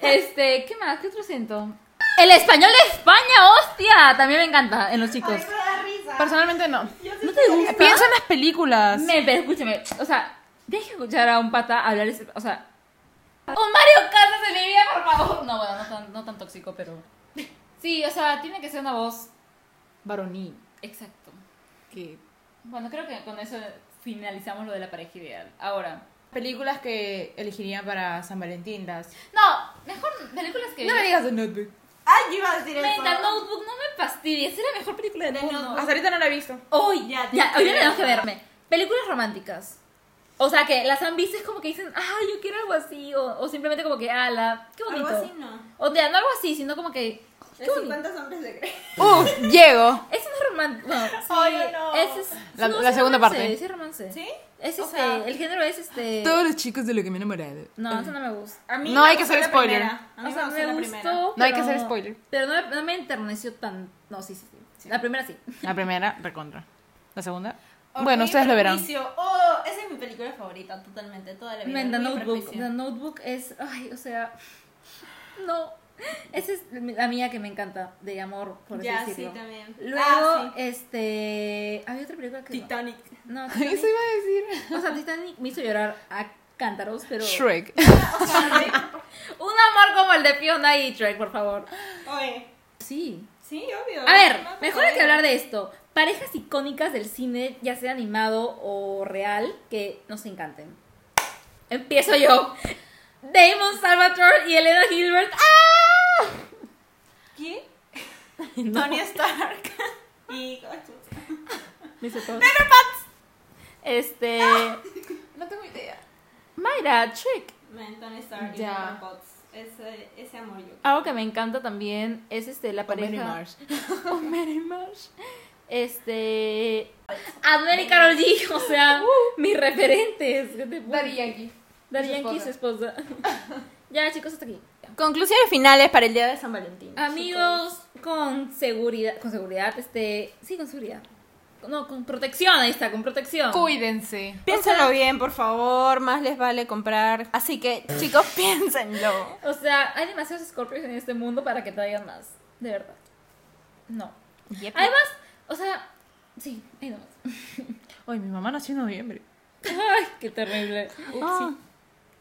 S4: Este, ¿qué más? ¿Qué otro acento? El español de España, hostia, también me encanta en los chicos.
S2: Ay, me da risa.
S3: Personalmente no.
S2: Yo sí
S4: ¿No te gusta?
S3: Piensa en las películas.
S4: Me, pero escúchame, o sea, deja que escuchar a un pata hablar, ese- o sea, un Mario Casas en mi vida, por favor. No, bueno, no tan, no tan tóxico, pero sí, o sea, tiene que ser una voz
S3: Varonil.
S4: exacto.
S3: Que...
S4: Bueno, creo que con eso finalizamos lo de la pareja ideal. Ahora.
S3: Películas que elegiría para San Valentín. Las...
S4: No, mejor películas que...
S3: No me digas The Notebook.
S2: Ay, yo iba a decir eso.
S4: Menta, Notebook, no me fastidies. Es la mejor película del
S2: The
S4: mundo.
S2: Notebook.
S3: Hasta ahorita no la he visto.
S4: Hoy,
S2: Ya,
S4: ya,
S2: tienes que
S4: hoy ya
S2: ver.
S4: tenemos que verme. Películas románticas. O sea, que las han visto es como que dicen, ah, yo quiero algo así. O, o simplemente como que, ala, qué bonito.
S2: Algo así no.
S4: O sea, no algo así, sino como que...
S2: De
S4: Qué bonito.
S2: 50 hombres de Grey.
S3: Uf, llego.
S4: Ese no es romántico. Bueno, sí,
S2: Ay, no.
S4: ese es,
S3: La-
S4: no,
S3: la
S4: ese es
S3: segunda
S4: romance,
S3: parte.
S4: Ese es romance.
S2: ¿Sí?
S4: Es
S2: O
S4: este,
S2: sea-
S4: el género es este...
S3: Todos los chicos de lo que me he enamorado.
S4: No, eso no me gusta.
S2: A mí
S3: No
S2: me
S3: hay que
S2: gustó
S3: hacer
S2: la
S3: spoiler.
S2: primera. A mí
S4: O sea,
S2: gustó
S4: me
S2: la primera.
S4: gustó.
S3: No hay que
S4: pero-
S3: hacer spoiler.
S4: Pero no, me- no me enterneció tan. No, sí, sí, sí. La primera sí.
S3: La primera, recontra. La segunda.
S2: Orgullo
S3: bueno,
S2: y
S3: ustedes lo verán.
S2: Prejuicio. Oh, esa es mi película favorita, totalmente, toda la vida.
S4: Men, the
S2: Orgullo y
S4: Notebook.
S2: Prejuicio.
S4: The Notebook es. Ay, o sea. No. Esa es la mía que me encanta, de amor, por así
S2: Ya, sí,
S4: decirlo.
S2: también.
S4: Luego,
S2: Ah, sí.
S4: este. Había otra película que.
S2: Titanic.
S4: No,
S3: Eso iba
S4: Titanic.
S3: a decir.
S4: O sea, Titanic me hizo llorar a cántaros, pero.
S3: Shrek.
S4: Un amor como el de Fiona y Shrek, por favor.
S2: Oye.
S4: Sí.
S2: Sí, obvio.
S4: A ver,
S2: No, no,
S4: mejor hay que hablar de esto. Parejas icónicas del cine, ya sea animado o real, que nos encanten. Empiezo yo. Damon Salvatore y Elena Gilbert. ¡Ah!
S2: ¿Qué?
S4: No.
S2: Tony Stark. y.
S4: Este.
S3: No tengo idea.
S4: Mayra, Trick.
S2: Man, Tony Stark y
S3: Ya.
S2: Pepper Potts. Ese, ese amor yo.
S4: Algo que me encanta también es este la pareja.
S3: Mary Marsh.
S4: O Mary Marsh. Este. Uh. Adler y Carol G, o sea, mis referentes. ¿Qué te puedo-
S3: Daddy Yankee.
S4: Daddy
S3: su
S4: Yankee, su
S3: esposa.
S4: esposa. ya, chicos, hasta aquí. Ya.
S2: Conclusiones finales para el día de San Valentín.
S4: Amigos, con seguridad, con seguridad, este, sí, con seguridad. No, con protección, ahí está, con protección.
S3: Cuídense.
S2: Piénsenlo bien, por favor. Más les vale comprar. Así que, chicos, piénsenlo.
S4: O sea, hay demasiados Scorpios en este mundo para que traigan más, de verdad. No. Además, o sea, sí, ahí nomás.
S3: Ay, mi mamá nació en noviembre.
S4: Ay, qué terrible.
S2: Ah.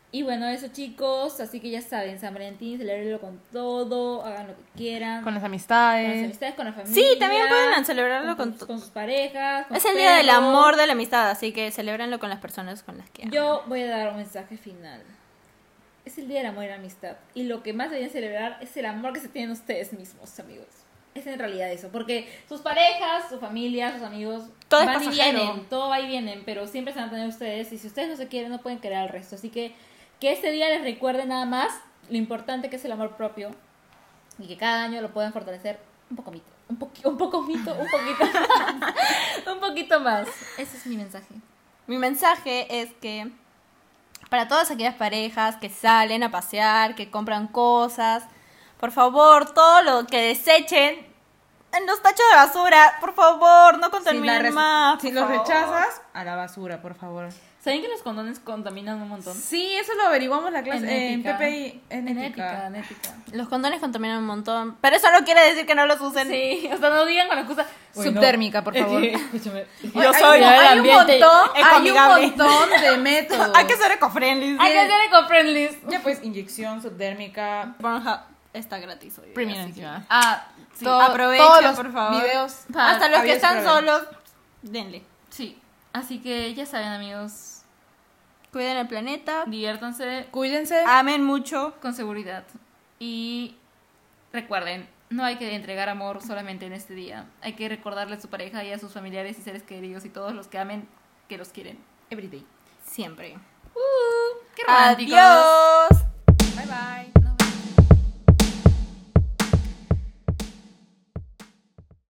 S4: Y bueno, eso chicos, así que ya saben, San Valentín, celebrenlo con todo, hagan lo que quieran.
S3: Con las
S4: con las
S3: amistades.
S4: amistades, con la familia.
S2: Sí, también pueden celebrarlo con
S4: sus-
S2: to-
S4: con sus parejas. con
S2: Es
S4: sus
S2: el día del
S4: perros.
S2: amor, de la amistad, así que celebrenlo con las personas con las que aman.
S4: Yo voy a dar un mensaje final. Es el día del amor y la amistad. Y lo que más deberían celebrar es el amor que se tienen ustedes mismos, amigos. Es en realidad eso. Porque sus parejas, su familia, sus amigos,
S2: Todo es
S4: van y
S2: pasajero.
S4: vienen. Todo va y vienen, pero siempre se van a tener ustedes. Y si ustedes no se quieren, no pueden querer al resto. Así que que este día les recuerde nada más lo importante que es el amor propio. Y que cada año lo puedan fortalecer un poco mito. Un, poqui- un poco mito, un poquito más. un poquito más. Ese es mi mensaje.
S2: Mi mensaje es que para todas aquellas parejas que salen a pasear, que compran cosas, por favor, todo lo que desechen en los tachos de basura, por favor, no
S3: la
S2: contaminen
S3: res-
S2: más.
S3: si
S2: por
S3: los
S2: favor.
S3: rechazas, a la basura, por favor.
S4: ¿Saben que los condones contaminan un montón?
S3: Sí, eso lo averiguamos la clase en,
S4: ética.
S3: PPI. En,
S4: En ética,
S3: ética.
S4: en ética.
S2: Los condones contaminan un montón, pero eso no quiere decir que no los usen.
S4: Sí, o sea, no digan con excusa.
S3: Subtérmica, por favor.
S4: Escúchame.
S2: Yo
S3: Hay- hay
S2: soy
S3: un-
S2: la del
S3: hay un
S2: ambiente
S3: montón-
S2: ecoamigable.
S3: Hay un montón de métodos.
S2: Hay que ser ecofriendly.
S4: Hay que hacer eco-friendly.
S3: Ya pues, inyección subdérmica.
S2: Pornhub está gratis hoy.
S3: Premium
S2: así que-
S3: encima.
S2: Ah, sí,
S3: To-
S2: aprovechen,
S3: todos los
S2: por favor.
S3: videos para-
S2: Hasta los que
S3: habidos y
S2: están
S3: por haber.
S2: solos, denle.
S4: Sí. Así que ya saben, amigos.
S2: Cuiden el planeta,
S4: Diviértanse
S3: Cuídense.
S2: amen mucho.
S4: con seguridad. Y recuerden, no hay que entregar amor solamente en este día. Hay que recordarle a su pareja y a sus familiares y seres queridos y todos los que amen que los quieren.
S3: Everyday.
S2: Siempre.
S4: ¡Uh! ¡Qué románticos!
S2: Adiós.